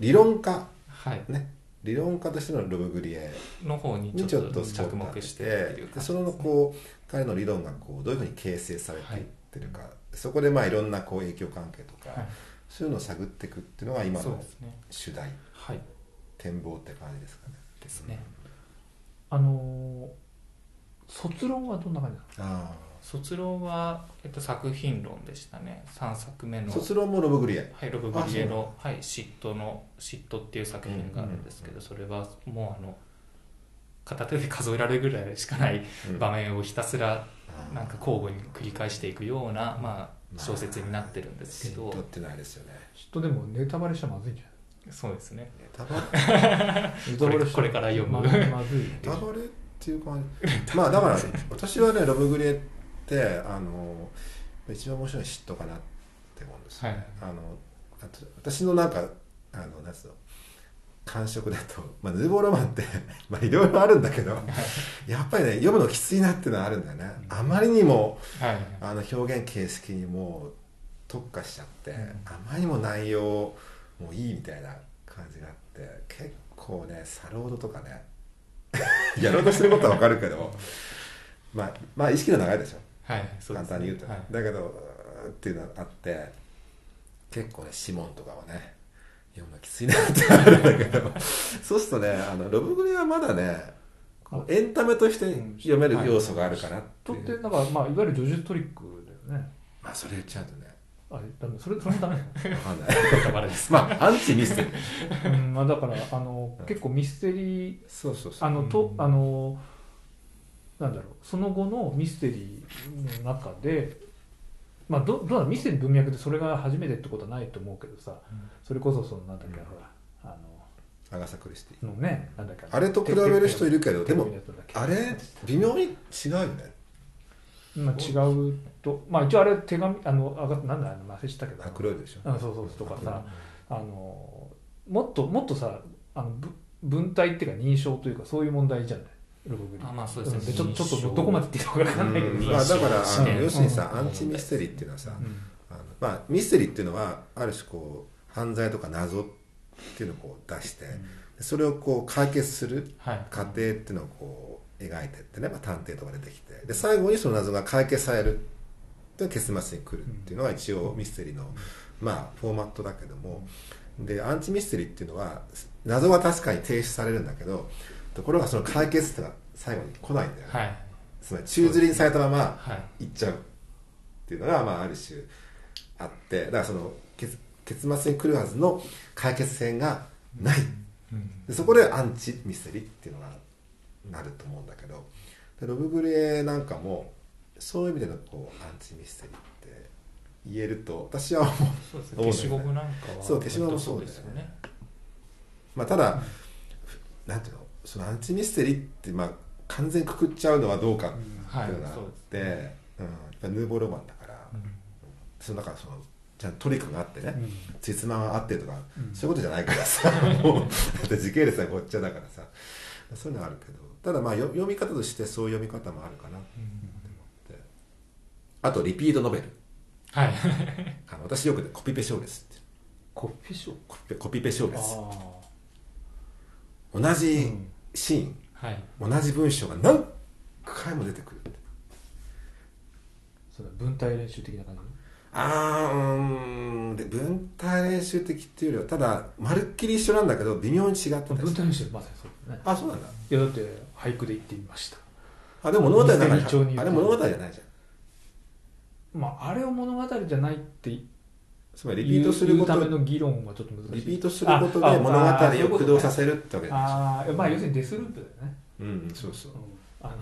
A: 理論家
C: はい
A: ね理論家としてのロブグリエ
C: の方に
A: に
C: ち
A: ち
C: ょ
A: ょ
C: っ
A: っ
C: と
A: とスポッ
C: 着
A: ト当て
C: 目してっていう
A: でそのこう彼の理論がこうどういうふうに形成されていってるか、そこでまあいろんなこう影響関係とか、
C: はい
A: そういうのを探っていくっていうのが今
C: そう
A: の
C: ですね
A: 主題
C: はい
A: 展望って感じですかね。
C: ですね
B: あのー卒論はどんな感じなの
A: あ
C: 卒論は、えっと、作品論でしたね3作目
A: あ
C: の
A: 卒論もロブグリエ。
C: はい、ロブ・ブリエ
A: あ
C: の「はい、嫉妬の嫉妬」っていう作品があるんですけど、それはもうあの片手で数えられるぐらいしかない
A: うん
C: 場面をひたすら
A: ああ
C: なんか交互に繰り返していくような、まあ、
A: まあ
C: 小説になってるんですけど、
A: 嫉妬ってないですよね。
B: ちょっとでもネタバレしちゃまずいんじゃない
C: そうですね
A: ネタバレ
B: ネ
C: これこれから読
B: ま
C: む
B: まずい よね
A: ネタバレっていう感じ まあだから私はねロブグリエってあの一番面白いのは嫉妬かなって思うんですよ、
C: はい
A: あのあと私のなんかあのなんつうの感触だと、まあ、ヌーボーロマンって まあいろいろあるんだけどやっぱりね読むのきついなっていうのはあるんだよねあまりにも
C: はい
A: あの表現形式にもう特化しちゃって、あまりにも内容もういいみたいな感じがあって結構ねサロードとかね やろうとしてることはわかるけどまあまあ意識の長いでしょ
C: はいそうで
A: 簡
C: すね
A: 単に言うと、
C: はい
A: だけどうーっていうのがあって結構ね指紋とかはね読むのきついなってあるんだけど そうするとねあのロブグリはまだねこうエンタメとして読める要素があるかなって
B: と
A: い
B: っ
A: う、
B: てなんかまあいわゆる叙述トリックだよね
A: まあそれ言っちゃう とね
B: あれダメそれそれもダメだよ
A: わかんない
C: ネタバレで す
A: まあ、アンチミステリー。
B: うんまあだからあの結構ミステリー
A: そうそう
B: あのと
C: うん
B: あのなんだろうその後のミステリーの中でまあどどうなのミステリーの文脈でそれが初めてってことはないと思うけどさそれこそそのなんだっけ、
A: うん
B: ほらあ
A: アガサ・クリスティ。
B: ののねなんだっけ
A: あれと比べる人いるけど、で
B: テレビ
A: も
B: の、やつだっけ
A: あれ、微妙に違うよね。
B: まあ、違うと、まあ、一応あれ手紙あのあがなんだあの忘れしたけど
A: アクロイドでしょ。
B: うんそうそうそうとかさあのもっともっとさあのぶ文体っていうか認証というかそういう問題じゃないルボグリ
C: あまあそうですね
B: んちょちょっ
C: 認証
B: とどこまで言っていいのか分かんないけど
A: うん
B: さ
A: まあ、だから、あの
B: うん
A: 要するにさ、
C: うん
A: アンチミステリーっていうのはさ
B: う、ん
A: あのまあ、ミステリーっていうのは、ある種こう、犯罪とか謎っていうのをこう出して、それをこう解決する
C: はい
A: 過程っていうのをこう描いてってね、まあ、探偵とか出てきてで最後にその謎が解決されるで結末に来るっていうのが一応ミステリーの、まあ、フォーマットだけどもでアンチミステリーっていうのは謎は確かに提出されるんだけどところがその解決っていうのは最後に来ないんだよね、
C: はい
A: つまり宙吊りにされたまま
C: はい
A: 行っちゃうっていうのが、まあ、ある種あってだからその結結末に来るはずの解決編がないでそこでアンチミステリーっていうのがなると思うんだけどでロブ・グレーなんかもそういう意味でのこうアンチミステリーって言えると私は思う、
C: そうです
A: どう
C: ね
A: だろうね
C: 消しゴムなんかは
A: そう消しゴムも
C: 割と
A: そう
C: で
A: ですす
C: よ
A: よ
C: ね
A: ねまあ、ただなんていうのそのアンチミステリーって、まあ、完全くくっちゃうのはどうかって
C: はい
A: いうのがあっ
C: そう
A: て、うんやっぱヌーボーロマンだから、その中そのちゃんとトリックがあってね、つつまが合ってとか、
B: うん
A: そういうことじゃないから さもうだって時系列はごっちゃだからさそういうのはあるけどただまあよ読み方としてそういう読み方もあるかなって思ってあとリピートノベル
C: はい
A: あの私よくねコピペ小説って
B: コピーショッ
A: コピペコピペ小
B: プ
A: 説
B: あ
A: 同
B: あ
A: じシーン、
C: はい
A: 同じ文章が何回も出てくるって
B: それ文体練習的な感じ
A: あーうーんで文体練習的っていうよりはただまるっきり一緒なんだけど微妙に違ったり
B: 文
A: して
B: 体練習まさにそうだね
A: あそうなんだ
B: いやだって俳句で言ってみました
A: あでも物語の中
B: ミステリー調に言う
A: に
B: と
A: あれ物語じゃないじゃん
B: まああれを物語じゃないって言う
A: つまりリピートするこ
B: 言
A: と
B: うための議論はちょっと難しい
A: リピートすること
B: ああ
A: で物語
B: あそういう
A: を
B: こと
A: 駆動させるってわけでしょ
B: ああまあ要するにデスループだよね、
A: うんうんそうそう
B: うん、あの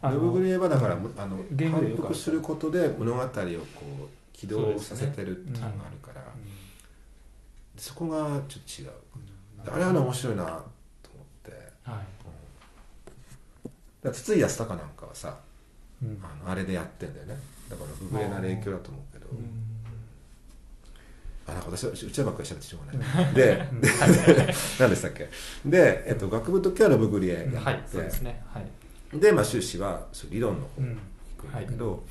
B: あ
A: ロ
B: の
A: ブ・グリーはだからあの
B: 言語でよ
A: 反
B: くあ
A: 復
B: る
A: することで物語をこう起動させてるっていうのがあるからそ,、こがちょっと違う
B: うん
A: あれはね面白いなと思ってだか
C: はい
A: ら筒井康隆なんかはさ
B: うん
A: あのあれでやってんだよねだからロブ・グレーの影響だと思うけどあなんか私は内山君がしゃべってしょうがないで
B: うん
A: で何でしたっけで、えっと、学部の時はロブ・グリエや
C: はい
A: っ
C: そうで
A: て
C: すねはい
A: で、まあ、修士はそう理論の方
B: うん
A: 行くんだけど、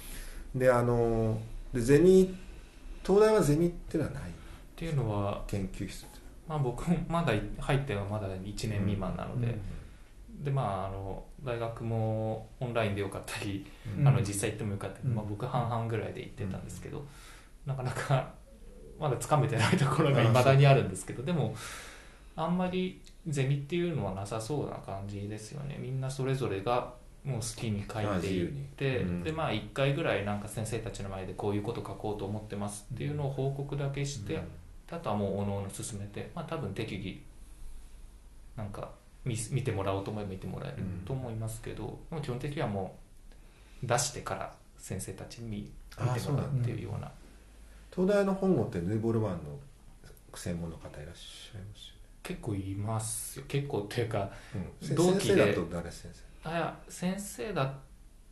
A: であのでゼミ東大はゼミってのはない
C: っていうのは
A: 研究室って
C: まあ僕もまだ入ってはまだ1年未満なので、でまああの大学もオンラインでよかったり、
B: うん
C: あの実際行ってもよかったり、
B: うん
C: まあ、僕半々ぐらいで行ってたんですけど、なかなか まだつかめてないところがいまだにあるんですけどでもあんまりゼミっていうのはなさそうな感じですよねみんなそれぞれがもう好きに書い
A: あ
C: て
A: 自
C: い
A: 由
C: っ
A: に
C: て、
A: うん
C: でまあ1回ぐらいなんか先生たちの前でこういうこと書こうと思ってますっていうのを報告だけして、あとはもうおのおの進めて、まあ、多分適宜なんか見す見てもらおうと思えば見てもらえると思いますけど、でも基本的にはもう出してから先生たちに見
A: あ
C: て
A: そう
C: も
A: な
C: らうん
B: だ
C: っていうような
A: 東大の本郷ってヌーボルマンの専門の方いらっしゃいます
C: 結構いますよ結構っていうか
A: よね、うん、
C: 同期
A: 先
C: で
A: 生だと誰先生
C: あいや先生だ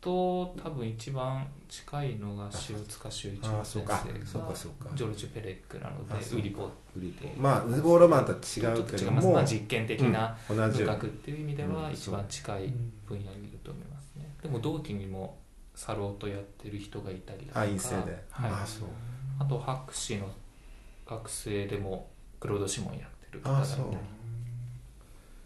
C: と多分一番近いのが塩塚修一
A: あ
C: 郎
A: あそ
C: 先
A: う
C: 生が
A: かそうかそうか
C: ジョルジュ・ペレックなの
A: あ
C: で
A: そう
C: ウリポ
A: グリコまあヌーボルマンとは違
C: ちょ
A: う
C: っ
A: け
C: と違
A: ど
C: いま
A: も
C: す、まあ、実験的な
A: うん同じよ
C: 文
A: う
C: 学っていう意味では
A: うん
C: 一番近い
B: うん
C: 分野にいると思いますね、でも同期にもサローとやってる人がいたりだとか
A: あ陰性で、
C: はい、
A: あ
C: あ
A: そう
C: と博士の学生でもクロード・シモンやってる方が
A: あ
C: いたり
A: そう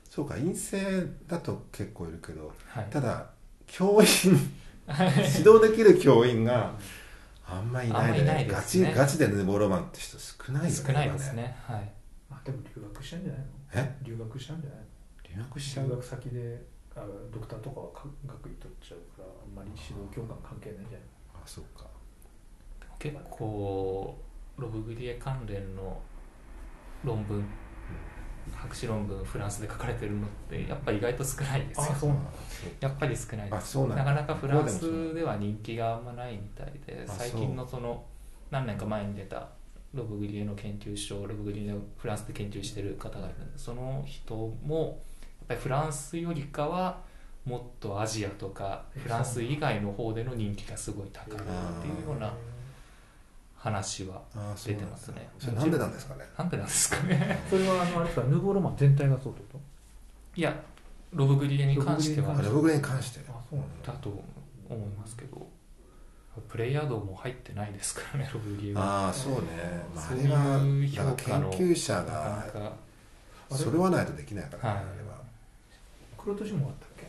A: そうか陰性だと結構いるけど
C: はい
A: ただ教員指導できる教員があんまい
C: あん
A: ない
C: ま
A: で,、
C: いないで
A: ガ
C: す
A: チ
C: ね
A: ガチでヌーボーロマンって人少ないよね
C: 少ないです
A: 今
C: ねはい
B: あでも留学したんじゃないの
A: え
B: 留学したんじゃないの
A: 留学しちゃ
B: 留
A: う
B: 学先であドクターとかは学位取っちゃうからあんまり指導教官関係ないんじゃない
A: あそうか
C: 結構ロブ・グリエ関連の論文博士論文フランスで書かれてるのってやっぱ意外と少ないですよ
B: あそうなんだ
C: やっぱり少ないです
A: あそうなんだ
C: なかなかフランスでは人気があんまないみたいで
A: あそう
C: 最近のその何年か前に出たロブ・グリエの研究所ロブ・グリエをフランスで研究してる方がいるんでその人もやっぱりフランスよりかはもっとアジアとかフランス以外の方での人気がすごい高いっていうような話は
A: あそうなん
C: 出
A: だ
C: てますね
A: それなんでなんですかね
C: なんでなんですか ね
B: それはあのあれですかヌーボーロマン全体がそうってこ
C: いやロブ・グリエに関して
B: ロ
C: は
A: あロブグレに関して
B: あそうなん
C: だと思いますけどプレイヤー道も入ってないですからねロブ・グリエは。
A: ああそうね、まあ、
C: そ
A: あ
C: う
A: れは
C: いう評
A: なんか
C: 価
A: 研
C: の
A: 究者
C: なか
A: が
C: なか
B: あれ
A: それはないとできないからね、
C: はい
A: あれは
B: 黒年もあったっけ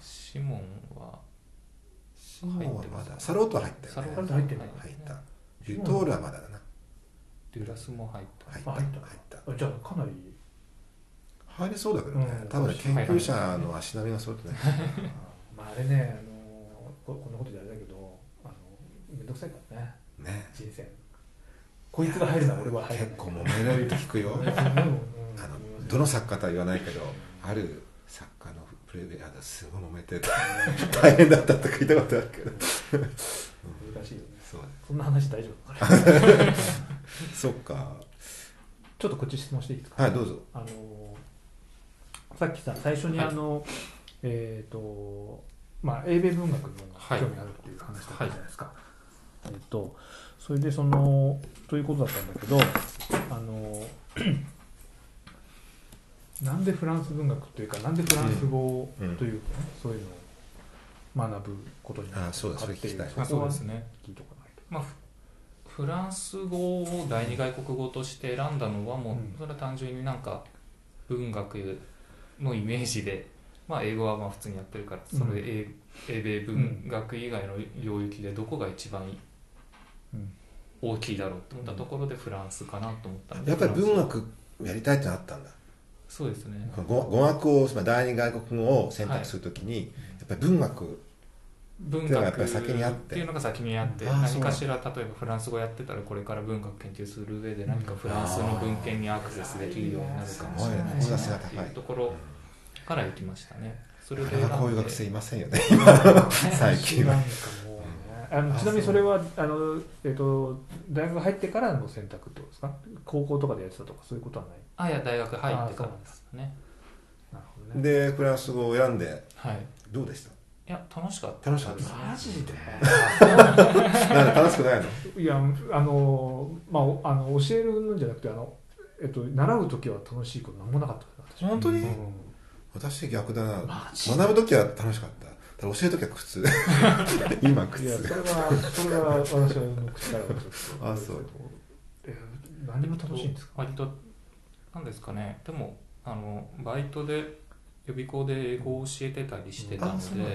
C: シモンは
A: シモンはま
C: 入って
A: だ
C: ます
A: サロートは入ったよ
C: サロ
A: ね
C: ー
B: 入ってない
A: 入ったユトールはまだだな
C: デュラスも入った
A: 入った
B: あ
A: 入
B: 入
A: っ
B: った
A: た
B: あじゃあかなり
A: 入りそうだけどね、
B: うん
A: 多分ね研究者の足並みが揃ってない
B: まああれねあのここんなことじゃあれだけどあのめんどくさいからね
A: ね
B: 人選こいつが入るなら俺は入る
A: 結構揉められると聞くよあのどの作家とは言わないけどある作家のプレビアですごい揉め て大変だったと聞いたことあるけど
B: 難しいよね
A: そう
B: そんな話大丈夫かな
A: そっか
B: ちょっとこっち質問していいですか
A: はいどうぞ
B: あのーさっきさ最初に
C: はい
B: あの、えっ、とまあ英米文学にも興
C: はい
B: 味あるっていう話だったじゃないですか、えっ、とそれでそのということだったんだけどあのー なんでフランス文学というかなんでフランス語と
A: う
B: い
A: ん
B: うか、ねそういうのを学ぶことにな
A: あそうだそれ聞きたい
B: そこ
C: あ
B: は
C: そうですね
B: 聞いとかないと
C: まあ、フフランス語を第二外国語として選んだのはもう、
B: うん
C: それは単純になんか文学のイメージで、まあ、英語はまあ普通にやってるからそれ英,、英米文学以外の領域でどこが一番
B: うん
C: 大きいだろうと思ったところでフランスかなと思ったので
A: やっぱり文
C: フランス
A: 学やりたいってなったんだ
C: そうですね
A: 語語学をつまり第二外国語を選択するときに、やっぱり文学
C: 文
A: っていうのがや
C: 学
A: っぱり先にあって
C: いうのが先にあって
A: あー
C: 何かしら例えばフランス語やってたらこれから文学研究する上で何かフランスの文献にアクセスできるようになるかもしれない
A: すごいね
C: しなって
A: 志が高
C: い
A: いう
C: ところから行きましたねそれ
A: な
C: で
A: かなかこういう学生いませんよね 最近
B: な
A: は
B: んかもうねあのちなみにそれはあの、えっと大学入ってからの選択ってことですか高校とかでやってたとかそういうことはない
C: あいや大学入ってからですね
B: なるほどね
A: でフランス語を選んで
C: はい
A: どうでした
C: いや楽しかった
A: 楽しかった
C: ですね
B: ジで
A: なんで楽しくないの
B: いやあのまあおあの教えるんじゃなくてあの、えっと、習う時は楽しいことなんもなかったです私
A: 本当に
B: うん
A: 私逆だな
B: マジで
A: 学ぶ時は楽しかったただ教える時は苦 痛今苦
B: いやそ
A: 痛
B: れはそれは私は口からはちょっと
A: あそう
B: え何も楽しいんですか
C: 割となんですかねでもあのバイトで予備校で英語を教えてたりしてたので、
A: なんだ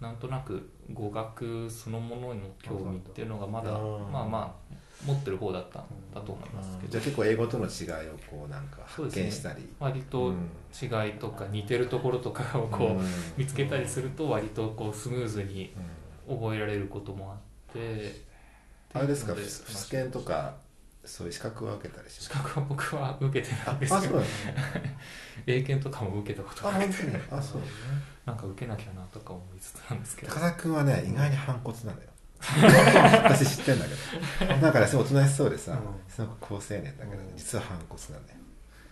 C: なんとなく語学そのものに興味っていうのがまだ
A: あー
C: まあまあ持ってる方だったんだと思いますけ
A: じ
C: ど
A: ゃあ結構英語との違いをこうなんか
C: そう
A: 発
C: ですね
A: 見したり
C: 割と違いとか似てるところとかをこう見つけたりすると割とこうスムーズに
A: うんうん
C: 覚えられることもあって
A: あれですか
C: っていうの
A: 試試験とかそういう資格を受けたりし
C: 資格は僕は受けてないんで
A: ますあ
C: すけ
A: そうな
C: ど
A: の
C: 英検とかも受けたこと
A: あ
C: な
A: 本
C: い
A: 当にあそう
C: なんか受けなきゃなとか思いつつなんですけど
A: 高田君はね意外に反骨なんだ よ私知ってんだけどなんかねすごいおとなしそうでさ、
B: うん
A: すごく好青年だけど、
B: うん
A: 実は反骨なんだよ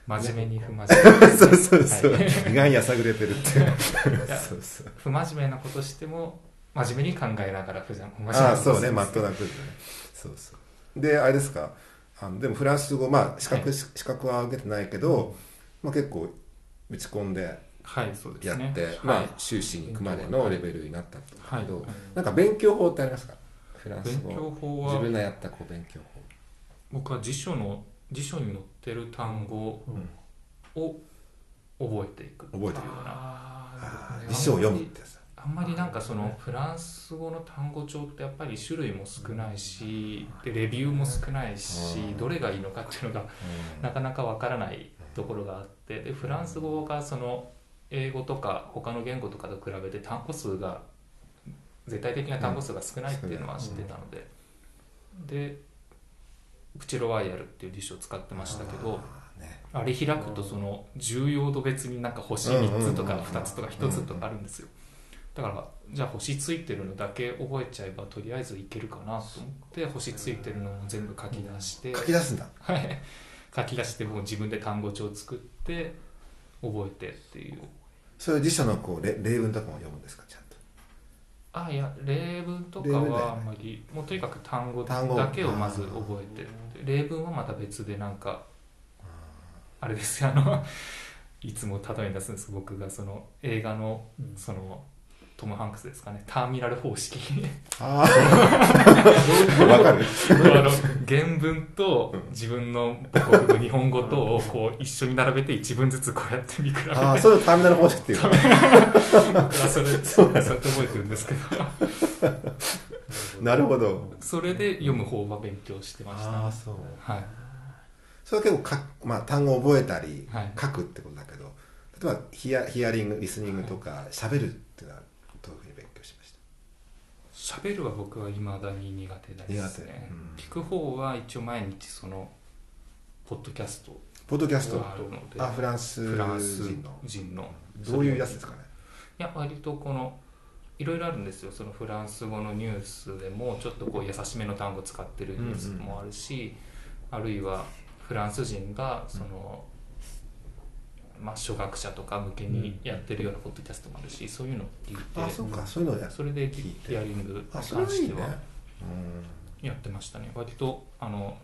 C: 真面目に不 真面目に
A: そうそうそう、
C: はい
A: 意外にやさぐれてるっていう
C: や
A: そうそう
C: 不真面目なことしても真面目に考えながら不真面目なこと
A: ああそうね
C: する
A: まっとうなことでねそうそうであれですかあのでもフランス語まあ資格,、
C: はい
A: 資格は受けてないけど、まあ、結構打ち込んで
C: はいそうで
A: や
C: す
A: って、
C: ね
A: ま
C: は
A: あ修士に行くまでのレベルになったと思うんだけど、
C: はい
A: なんか勉強法ってありますかフラン
C: い、
A: ス
C: 勉
A: 語
C: 強法
A: 自分
C: は
A: のやったこう勉強法
C: 僕は辞書の辞書に載ってる単語
B: うん
C: を覚えていく
A: 覚えてるような
B: あー
A: 辞書を読むってやつだ
C: あんまりなんかそのフランス語の単語帳ってやっぱり種類も少ないしでレビューも少ないし
A: うん
C: どれがいいのかっていうのがなかなかわからないところがあってでフランス語がその英語とか他の言語とかと比べて単語数が絶対的な単語数が少ないっていうのは知ってたので、でプチロワイヤルっていう辞書を使ってましたけど
A: あーね
C: あれ開くとその重要度別になんか星3つとか2つとか1つとかあるんですよだからじゃあ星ついてるのだけ覚えちゃえばとりあえずいけるかなと思って星ついてるのも全部書き出して
A: 書き出すんだ
C: はい、書き出してもう自分で単語帳を作って覚えてっていう
A: それ辞書のこうれ例文とかも読むんですかちゃんと
C: あいや例文とか
A: 例文だよね
C: はあんまりもうとにかく単語
A: 単語
C: だけをまず覚えてって例文はまた別でなんかあれですよあの いつも例えに出すんですけど僕がその映画の
B: うん
C: そのトム・ハンクスですかねターミナル 方式
A: ああ わかる
C: あの原文と自分の母国語日本語とをこう一緒に並べて一文ずつこうやって見比べて
A: ああそういうターミナル方式っていうか
C: あそれそうやって覚えてるんですけど
A: なるほど
C: それで読む方は勉強してました
A: ーそう
C: はい
A: それは結構か、まあ、単語を覚えたり
C: はい
A: 書くってことだけど例えばヒアヒアリングリスニングとか喋るっていうのはどういうふうに勉強しまし
C: 喋るは僕はいまだに苦手で
A: 苦
C: す
A: 手、
C: ね
A: う、ん
C: 聞く方は一応毎日そのポッドキャスト
A: ポッドキャスト
C: があるので
A: あフランス
C: フランス
A: 人の
C: 人の
A: どういうやつですかね
C: いや割とこのいろいろあるんですよそのフランス語のニュースでもちょっとこう優しめの単語使ってるニュースもあるし、あるいはフランス人がその、まあ、初学者とか向けにやってるようなポッドキャストもあるしそういうのを聞いて
A: あそうかそういうのや
C: それで
A: 聞い
C: ヒ
A: て
C: ヒアリングに
A: あ
C: 関
A: それはいい
C: して
A: ね
C: はやってましたね割とあの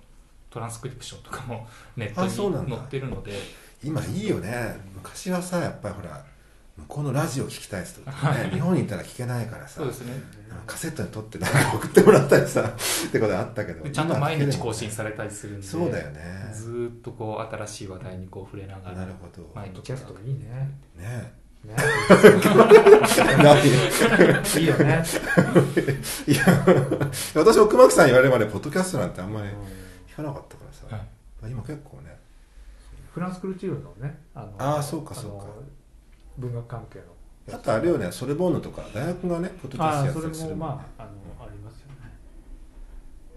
C: トランスクリプションとかもネット
A: あそうなん
C: に
A: だ
C: 載ってるので
A: うん今いいよね昔はさやっぱりほら向こうのラジオ聞きたい人とかね日本にいたら聞けないからさ
C: そうですね
A: なんかカセットに撮ってなんか送ってもらったりさ ってことあったけど
C: でちゃんと毎日更新
A: す
C: されたりするんで
A: そうだよね
C: ずーっとこう新しい話題にこう触れなが
A: な
C: ら
A: るほど
C: 毎日
B: キャストがいいね。
A: ね
B: ね
A: 何
B: いいよね。
A: いや私奥幕さん言われるまでポッドキャストなんてあんまり聞かなかったからさ、
C: はい
A: 今結構ね
B: フランスクルチュールのね。あの
A: あーそうかそうか
B: あの文学関係の。
A: あとあれよねソルボンヌとか大学がねポッドキャスト
B: あ
A: や
B: あー、
A: って
B: そ
A: た
B: れ
A: りするも
B: も
A: んね
B: まあ、あの、ありますよね。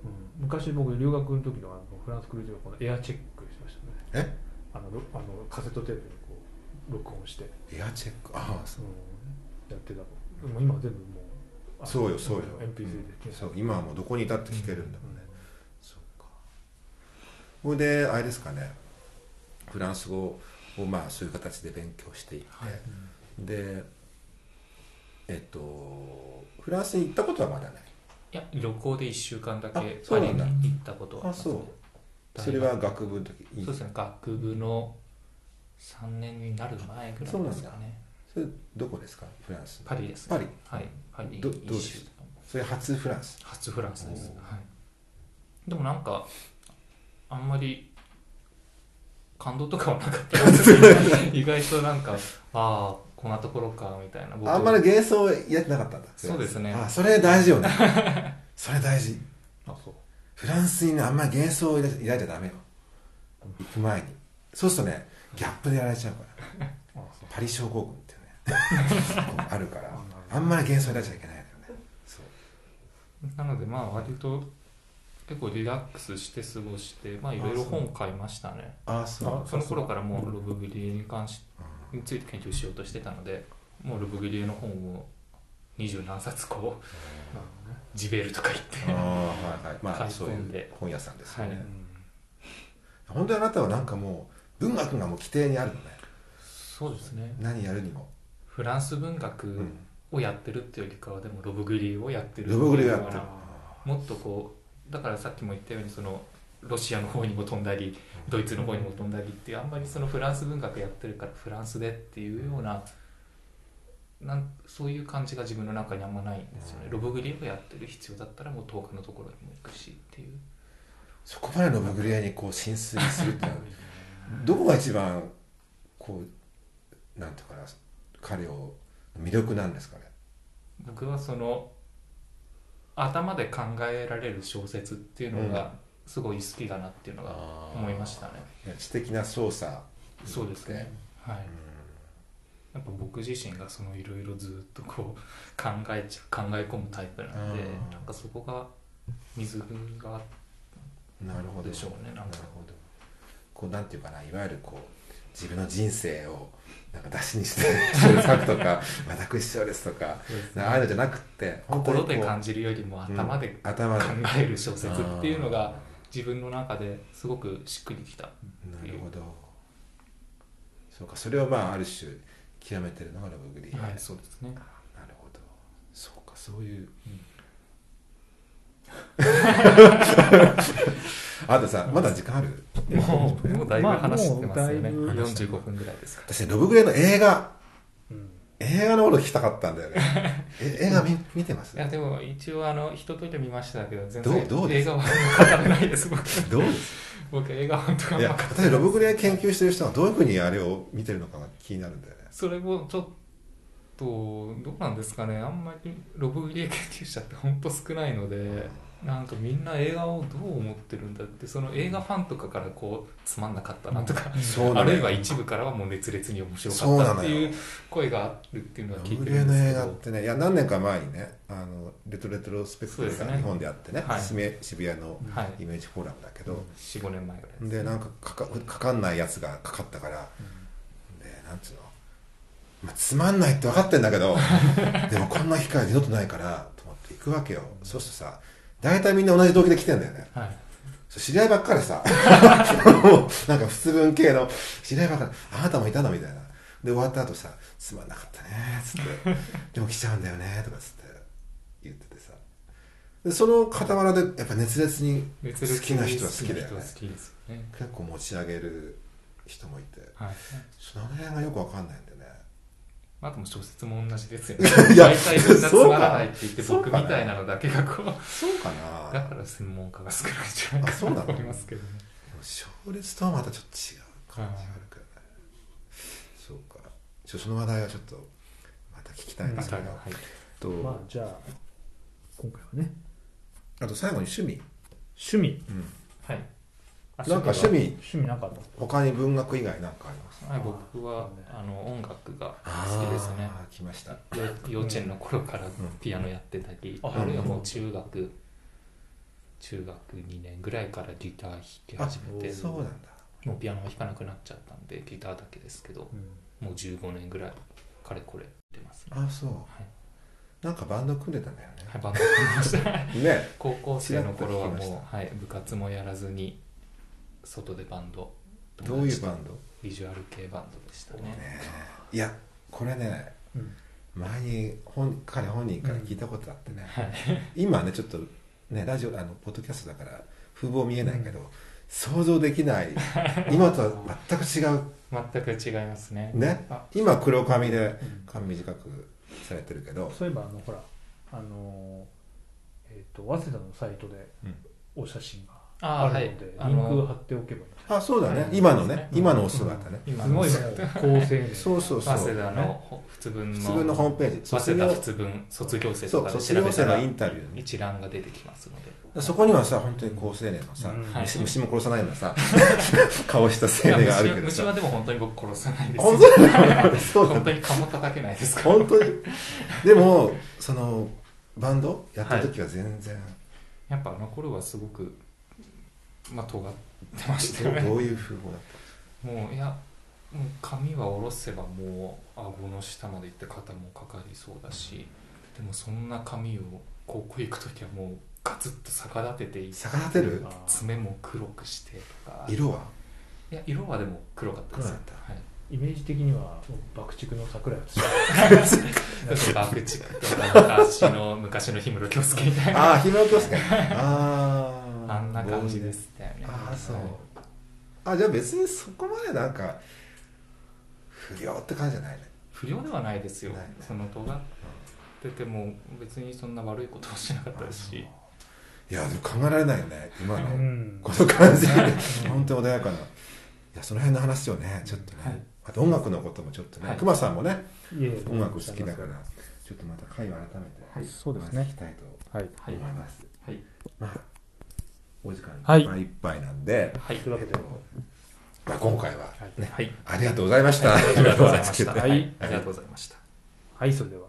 B: うん、昔僕留学の時のあのフランスクルチュールのこのエアチェックしてましたね。
A: え
B: あの、ろあのカセットテープにこう録音して。
A: エアチェックああ
B: そ
A: そう
B: のやってたもんでも今は全部もうあの
A: そうよそうよ、
B: MP3 で
A: う
B: 検
A: ん
B: 索
A: そう今はもうどこにいたって聞けるんだもんね、そうかほいであれですかねフランス語をまあそういう形で勉強していって、
C: はい
A: でえっとフランスに行ったことはまだない
C: いや旅行で1週間だけ
A: あそ
C: パ
A: う
C: リ
A: な
C: に
A: んだ
C: 行ったことはりますね
A: それは学部の時
C: そうですね学部の3年になる前ぐらいですかね
A: それどこですかフランスの
C: パリですね
A: パリ
C: はいパリ
A: どどうでし
C: 一週間
A: それ初フランス
C: 初フランスです、
A: おー
C: はい、でもなんかあんまり感動とかはなかったんですけど 意外となんかああこんなところかみたいな僕
A: あんまり幻想やってなかったんだ
C: そうですね
A: あそれ大 事よねそれ大事
B: あそう
A: フランスにねあんまり幻想を抱いちゃダメよ行く前にそうするとねギャップでやられちゃうから
B: あそう
A: パリ症候群っていうね こうあるから
B: あ
A: あんまり幻想を抱いちゃいけないのよねそう
C: なのでまあ割と結構リラックスして過ごしてまあいろいろ本買いましたね
A: あそう
B: あ
C: その頃からもうロブ・グリエに関しについて研究しようとしてたのでもうロブ・グリエの本を二十何冊こう
B: なるほどね
C: ジベールとか言っ
A: あー
C: て
A: はいはいまあ
C: 買い
A: そう
C: 込
A: い
C: んで
A: う本屋さんですよね、
C: はい
A: 本当にあなたはなんかもう文学がもう規定にあるのね
C: そうですね
A: 何やるにも、
C: フランス文
A: う
C: 学
A: ん、
C: をやってるっていうよりかはでもロブ・グリエをやってる
A: ロブグリをやってる
C: ようなもっとこうだからさっきも言ったようにそのロシアの方にも飛んだりドイツの方にも飛んだりっていうあんまりそのフランス文学やってるからフランスでっていうようななんそういう感じが自分の中にあんまないんですよねロブグリをやってる必要だったらもう遠くのところにも行くしっていう
A: そこまでのバグリアにこう浸水するって のはどこが一番こうなんていうかな彼を魅力なんですかね
C: 僕はその頭で考えられる小説っていうのがすごい好きだなっていうのが思いましたね、
A: 知的な操作
C: そうですねはい
A: うん
C: やっぱ僕自身がそのいろいろずっとこう 考えちゃう考え込むタイプなので
A: うん
C: なんかそこが水があ っ
A: なるほど
C: でしょうね
A: な
C: な
A: る
C: んか
A: ほどこうなんていうかないわゆるこう自分の人生をなんか出しにしてそれ書くと か私一緒ですとかああいうのじゃなくって本当にこ
C: 心
A: う
C: で感じるよりも頭で
A: 頭
C: 考
A: で
C: える小説っていうのが自分の中ですごくしっくりきた
A: なるほどそうかそれをまあある種極めてるのがロブグリーン、
C: はいそうですね
A: なるほどそうかそういう、 あとさまだ時間ある
C: もうもうだいぶ
B: まあ
C: 話してますよね
B: もうだいぶ
C: 45分ぐらいですか
A: 私ねロブグレの映画
B: うん
A: 映画のこと聞きたかったんだよ ねえ映画見見てます
C: いやでも一応あの一通り見ましたけど全
A: どうどうで
C: 然映
A: す
C: 画は語らないです僕
A: どうです
C: 僕映画本当
A: い
C: が
A: や
C: なかった
A: 私ロブグレ研究してる人がどういうふうにあれを見てるのかが気になるんだよね
C: それもちょっとどうなんですかねあんまりロブ・グリエ研究者ってほんと少ないのでなんかみんな映画をどう思ってるんだってその映画ファンとかからこうつまんなかったなとか、
A: そう
C: あ
A: なの
C: るいは
A: よ
C: 一部からはもう熱烈に面白
A: そう
C: かっ
A: な
C: たっ
A: の
C: て
A: よ
C: いう声があるっていうのは聞い
A: ノ
C: て
A: ブ
C: る
A: レ
C: ん
A: の
C: です
A: 映
C: け
A: 画っ
C: ど
A: てねいや何年か前にねあのレトレトロスペクト
C: そうです
A: が
C: ね
A: 日本であってね
C: はい
A: 渋谷渋谷の
C: はい
A: イメージフォーラムだけど、
C: 45年前ぐらい
A: でなんかかかかかんないやつがかかったから、でなんつうの、まあ、つまんないって分かってんだけ どでもこんな機会二度とないからと思って行くわけよ、そうするとさ大体みんな同じ動機で来てんだよね
C: はい
A: そう知り合いばっかりさ もうなんか普通文系の知り合いばっかりあなたもいたのみたいなで終わった後さ「つまんなかったね」つって 「でも来ちゃうんだよね」とかつって言っててさでその傍らでやっぱ熱烈に好
C: 熱烈に
A: きな人は好きだよね
C: 好きな人は好きですよね
A: 結構持ち上げる人もいて
C: はい
A: その辺がよくわかんないんだよね
C: まあでも小説も同じです よ
A: い
C: ね
A: や
C: 大体みんなつまらないって言って
A: そう
C: 僕
A: か
C: みたいなのだけがこう
A: そうか
C: だ
A: な
C: か
A: でも
C: ら専門家が少ないんじゃない
A: あそ
C: か
A: うなの
C: なと思いますけどね
A: 賞烈とはまたちょっと違う感じがあるからねそうかちょその話題はちょっとまた聞きたいんで
C: ますた
A: け
C: はい
A: ど、と
B: まあじゃあ今回はね
A: あと最後に趣味、
B: 趣味
C: はい
B: あ
A: なんか趣味
B: 趣味なかった
A: 他に文学以外なんかあります
C: はい僕はあの音楽が好きですね
A: あー来ました
C: よ幼稚園の頃からピアノやってたり、あるいはもう中学中学2年ぐらいからギター弾き始めて
A: そうなんだ
C: もうピアノは弾かなくなっちゃったんでギターだけですけどもう15年ぐらいかれこれ出ますね
A: あそう
C: はい
A: なんかバンド組んでたんだよ
C: はいバンド組んでました
A: ねね
C: 高校生の頃は
A: ちらっと聞きま
C: もう、はい、部活もやらずに外でバンド
A: どういうバンド
C: ビジュアル系バンドでしたね
A: ねいやこれね
B: うん
A: 前に本彼本人から聞いたことあってね、
C: はい
A: 今ねちょっとねラジオあのポッドキャストだから風貌見えないけど、想像でき ない今とは全く違う
C: 全く違いますね
A: ね
B: あ
A: 今黒髪で
B: うん
A: 髪短くされてるけど、
B: そういえばあのほらあのーえっ、と早稲田のサイトで
A: うん
B: お写真が
C: あ
B: あ
C: あ
B: る
C: は
B: の
C: い
B: で、
C: あ
B: リンクを
C: の
B: 貼っておけばいい
A: あそうだね、
C: はい
A: 今のね
C: そうですね
A: 今のお姿ね、
C: 今
B: す
C: の
B: ごいもう高青年
A: そうそうそう
C: 早稲田のほ普通分の
A: 自分のホームページ
C: 早
A: 卒
C: 稲田
A: 業
C: 普通分卒業生
A: そ
C: と
A: う
C: かで
A: 卒
C: 調
A: 業
C: べた
A: 生の
C: ら
A: インタビューに
C: 一覧が出てきますので
A: そこにはさ本当に高青年のさ、
B: うん
C: はい
A: 虫虫も殺さないようなさ 顔した 青
C: い
A: 年
C: や
A: がある
C: 虫
A: けど
C: 虫は
A: さ
C: でも本当に僕殺さないですよ
A: 本当だよ そうだ
C: 本
A: ね
C: 当にカモ叩けないですから
A: 本当にでもそのバンドやった時は全然、
C: やっぱあの頃はすごくまあ尖ってました
A: ど
C: よ
A: う
C: ね
A: どういう風貌だっ
C: もういやもう髪は下ろせばもう顎の下まで行って肩もかかりそうだしでもそんな髪を高校行く時はもうガツッと逆立てていって
A: た逆立てる
B: あー
C: 爪も黒くしてとか
A: 色はい
C: や色はでも黒かったですよ
A: 黒か
C: はい
B: イメージ的にはもう爆竹の桜やつ
C: 爆竹とか昔の昔の氷室京介みたいな
A: ああ日村京 介ああ
C: あんな感じですだよね
A: ああそうあじゃあ別にそこまでなんか不良って感じじゃないね
C: 不良ではないですよ
A: ないね
C: その尖ってても別にそんな悪いことはしなかったですし
A: いやでも考えられないよね今
B: う
A: の
B: ん
A: この感じ本当に穏やかないやその辺の話をねちょっとね、
C: はい
A: あと音楽のこともちょっとね、
C: はい
A: 熊さんもね
B: いえ
A: 音楽好きだからちょっとまた回を改めて、
B: はいそうですね
A: 聞きたいと
B: はい
C: は
A: 思
C: い
A: います、
C: はい
A: まあお時間
B: はい
A: いっぱいいっぱいなんで、
C: はい
B: というわけで
A: まあ、今回は
B: はい
A: ね、
C: はい
A: ありがとうございました。あ
C: ありがとうございました
B: はい
C: ありがとうございました
B: はいそれでは